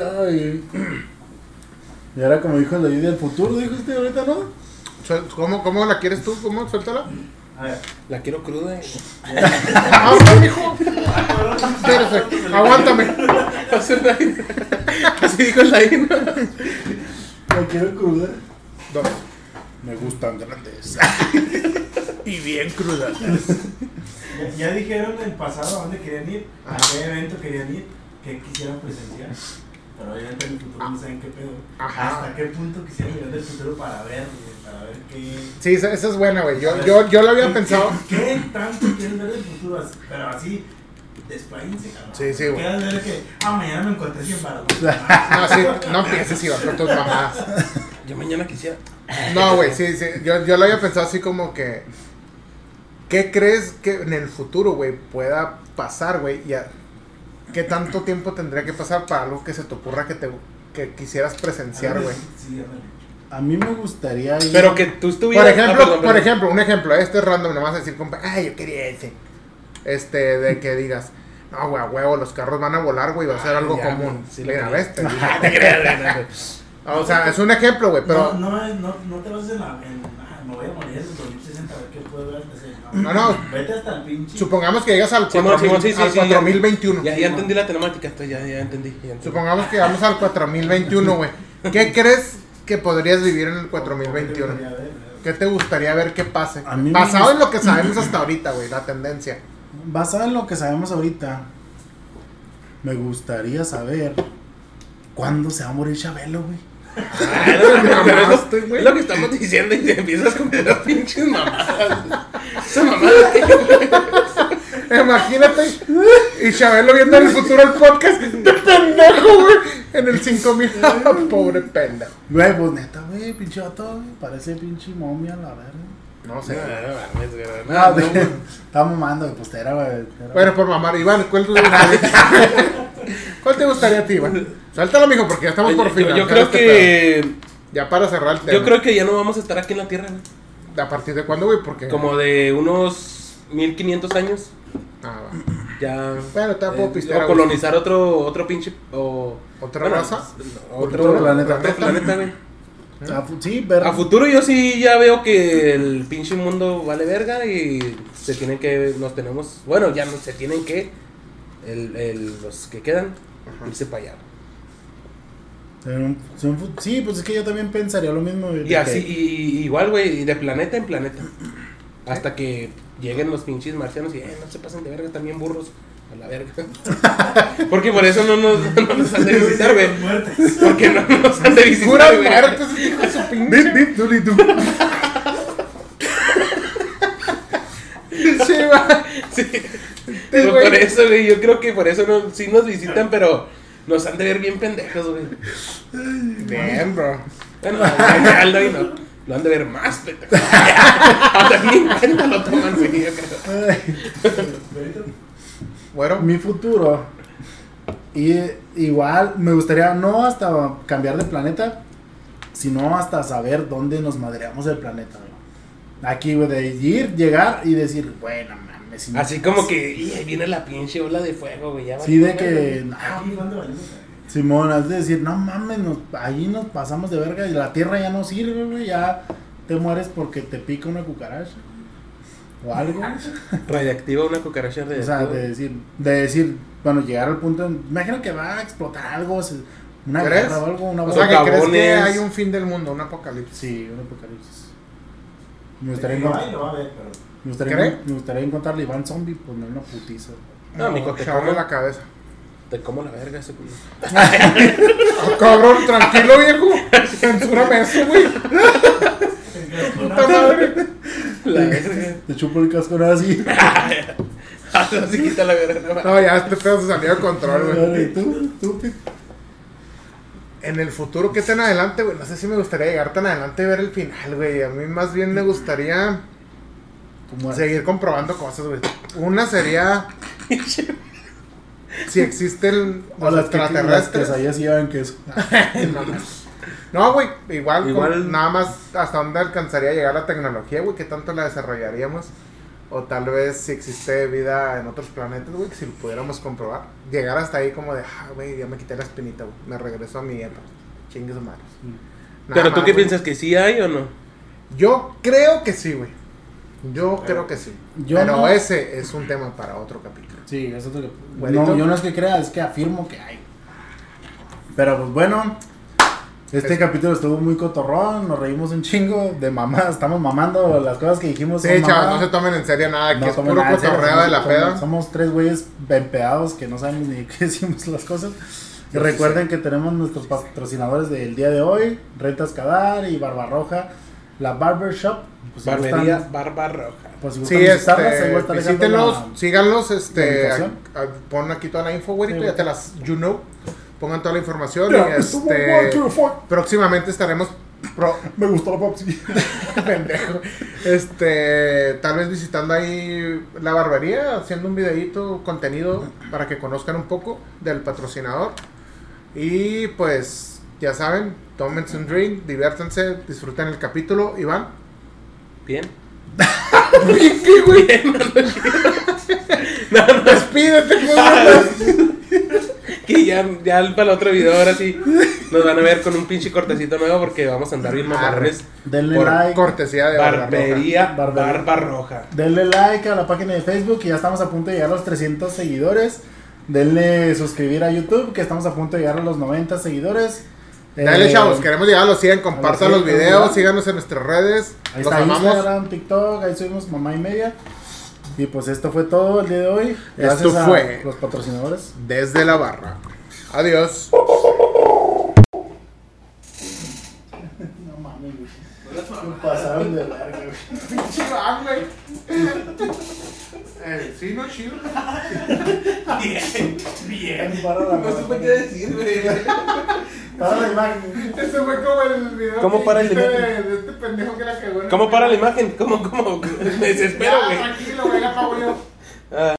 Ay, güey. Y ahora, como dijo el de del futuro, dijo usted ahorita, ¿no? Suel- ¿Cómo, ¿Cómo la quieres tú? ¿Cómo? Suéltala. A ver. La quiero cruda. Ah, no, mijo. Espérese, aguántame. *laughs* Así dijo el Daino. La quiero cruda. Dos. Me gustan grandes. Y bien cruda. Ya, ya dijeron en pasado a dónde querían ir, a qué evento querían ir, qué quisieran presenciar. Pero obviamente en el futuro no saben qué pedo. Ajá. Hasta qué punto quisieran mirar del futuro para ver, güey, para ver qué. Sí, esa, esa es buena, güey. Yo, yo, yo lo había qué- pensado. ¿Qué, qué tanto quieren ver del futuro? Así- Pero así, despláyense, cabrón. Sí, sí, güey. Quieren ver que, ah, mañana me encontré 100 varos. *laughs* No, sí, no empieces, Iván, con tus mamadas. Yo mañana quisiera. No, güey, sí, sí. Yo, yo lo había pensado así como que. ¿Qué crees que en el futuro, güey, pueda pasar, güey? Y a- ¿Qué tanto tiempo tendría que pasar para algo que se te ocurra que te que quisieras presenciar, güey? Ah, Sí, ándale. A mí me gustaría ir. Pero que tú estuvieras. Por Ah, ejemplo, perdón, por perdón. ejemplo, un ejemplo, este es random, nomás decir, compa, ay, yo quería ese. Este, de que digas, no, güey, a huevo, los carros van a volar, güey, va a ser Ah, algo ya, común. güey, sí lo Mira, quería. *laughs* ves, te digo. Ah, te creas, güey, no, güey. Ah, O sea, es un ejemplo, güey, pero. no, no, es- no, no te vas en la. En, ah, me voy a morir en el 2060 a ver qué puedo ver antes. de- No, no. Vete hasta el pinche. Supongamos que llegas al Simón, Simón, 4000 sí, sí, al sí, ya. 4021. Ya, ya entendí la temática, esto ya, ya entendí. ya entendí. Supongamos que llegamos al 4021, güey. *laughs* ¿Qué crees que podrías vivir en el Voy a 4021? ver, ¿Qué te gustaría ver que pase? A mí me Basado gusta- en lo que sabemos hasta ahorita, güey, la tendencia. Basado en lo que sabemos ahorita, me gustaría saber cuándo se va a morir Chabelo, güey. Ah, no, no, no, pero eso- Mamaste, güey. es lo que estamos diciendo y te empiezas con las pinches mamadas. Esa *laughs* mamada que Imagínate. Y Chabelo viendo en el futuro el podcast. ¡Qué pendejo, güey! En el 5000. *laughs* Pobre pendejo. Güey, pues neta, güey, pinche vato, güey. Parece pinche momia, la verga. No No, sé. no mames, güey, *laughs* No, no, no, Ah, güey, estaba mamando, güey, pues era, güey. era- Bueno, por mamar, Iván, ¿cuál te gustaría? *laughs* ¿Cuál te gustaría a ti, Iván? Suéltalo, mijo, porque ya estamos Oye, por yo- fin. Yo creo que. Ya para cerrar el tema. Yo creo que ya no vamos a estar aquí en la Tierra, güey. ¿A partir de cuándo, güey? Porque. Como de unos 1500 años. Ah, *laughs* va. Ya. Bueno, está puedo eh, pistear a o gusto. colonizar otro, otro pinche. O, ¿Otra bueno, raza? no, Otro, Otro planeta. otro planeta, güey. A fu- sí, verga. A futuro yo sí ya veo que el pinche mundo vale verga y se tienen que, nos tenemos, bueno, ya no, se tienen que, el, el- los que quedan, irse para allá. En un- en un fu- Sí, pues es que yo también pensaría lo mismo. güey, Y de así, que- y, y igual, güey, de planeta en planeta. Hasta que lleguen los pinches marcianos y, eh, no se pasen de verga, también burros. A la verga. *laughs* Porque por eso no nos, no nos han de visitar, güey. Muertes. Porque no nos han de Puras visitar, güey. muertes, hijo de su pinche. Bip, bip, duli, du. *laughs* Sí, va. *laughs* Sí. Sí, Pues güey. por eso, güey, yo creo que por eso no, sí nos visitan, pero nos han de ver bien pendejos, güey. Bien, bro. Bueno, Ah. Aldo y no. Lo han de ver más pendejos. *laughs* Hasta ni en cuenta lo toman, güey, yo *laughs* creo. Ay, Verito. *laughs* Bueno, Mi futuro. Y igual, me gustaría no hasta cambiar de planeta, sino hasta saber dónde nos madreamos el planeta, güey. Aquí, güey, de ir, llegar y decir, bueno, mames. si no- Así como que, y ahí viene la pinche ola de fuego, güey. ya Sí, valió, de que. güey. no, Aquí, ¿cuándo valimos? Simón, has de decir, no mames, nos, ahí nos pasamos de verga y la tierra ya no sirve, güey, ya te mueres porque te pica una cucaracha o algo. Radiactiva una cucaracha O radiactiva. sea, de decir, de decir, bueno, llegar al punto, en- imagino que va a explotar algo, se- una ¿Crees? guerra o algo, una o sea, bomba. que crees que Socavones. hay un fin del mundo, un apocalipsis. Sí, un apocalipsis. Me gustaría, Ahí encont- lo va a ver, pero. me gustaría, ¿Cree? me gustaría encontrarle a Iván Zombie y poner una pues, putiza. No, mijo, te echarle comen. la cabeza. Te como la verga ese culo. Ah, cabrón, tranquilo, *laughs* viejo. Censúrame eso, güey. Puta madre. *laughs* La *laughs* verga. Te chupo el casco nada así. Así Ah, quita la verga. no, No, ya este pedo se salió de control, güey. Dale, tú, tú, Pete. En el futuro, ¿qué tan adelante, güey? No sé si me gustaría llegar tan adelante y ver el final, güey. A mí más bien me gustaría Tu muerte. seguir comprobando cosas, güey. Una *laughs* sería si existen O los las que- las extraterrestres. quesadillas llevan queso. No, güey, igual, Igual- con- nada más hasta dónde alcanzaría a llegar la tecnología, güey, qué tanto la desarrollaríamos. O tal vez si existe vida en otros planetas, güey, que si lo pudiéramos comprobar. Llegar hasta ahí como de, ah, güey, ya me quité la espinita, güey, me regreso a mi época. Chingues madres. Mm. Nada Pero tú más, qué güey. piensas que sí hay o no? Yo creo que sí, güey. Yo creo que sí. Yo Pero no. ese es un tema para otro capítulo. Sí, eso te lo... Güerito. No, yo no es que crea, es que afirmo que hay. Pero pues bueno, este Es- capítulo estuvo muy cotorrón, nos reímos un chingo de mamá, estamos mamando las cosas que dijimos. Sí, son chavos, mamada. no se tomen en serio nada, que No es tomen puro nada en serio, cotorreo somos- de la somos- peda. Somos tres güeyes bempeados que no sabemos ni *laughs* qué hicimos las cosas. Y Sí, sí, recuerden que tenemos nuestros patrocinadores del día de hoy, Rentas Cadar y Barbarroja, la Barbershop. Pues, si gustan- Barbería Barba Roja. pues, si Sí, gustan visitarlas, ahí voy a este, estar dejando visítenlos, la- síganlos, este, ubicación. a- a- pon aquí toda la info, güerito, Sí, ya güey. te las, you know, pongan toda la información Ya, y estuvo guay, este, pero fuck. próximamente estaremos, pro- Me gustó la *laughs* Pepsi. pendejo, este, tal vez visitando ahí la barbería, haciendo un videíto, contenido, para que conozcan un poco del patrocinador, y pues, ya saben, tómense un drink, diviértanse, disfruten el capítulo, Iván, Bien. ¿qué güey? No, no, Despídete, güey. que ya, ya para el otro video ahora sí nos van a ver con un pinche cortecito nuevo porque vamos a andar bien mamarres. Denle Por like. cortesía de Ah, Barba Roja. Barbería Barbería. Barba Roja. Denle like a la página de Facebook que ya estamos a punto de llegar a los 300 seguidores. Denle suscribir a YouTube que estamos a punto de llegar a los 90 seguidores. Dale, Eh, chavos, queremos llegar a los 100. Compartan los 100, videos, ¿verdad? síganos en nuestras redes. Ahí los está amamos. Instagram, TikTok, ahí subimos mamá y media. Y pues esto fue todo el día de hoy. Gracias Esto a fue. los patrocinadores. Desde la barra. *laughs* Adiós. No mames, güey. Pasaron de largo, güey. Eh, no chido. *laughs* Bien, bien. Para *laughs* la imagen. decir, güey. Para la imagen. Ese Este fue como el video. ¿Cómo que para el hiciste imagen? de este pendejo que la cagó. en el- *laughs* ¿Cómo para la imagen? ¿Cómo, cómo? Me desespero, Ya, güey. Tranquilo, güey, la pago yo.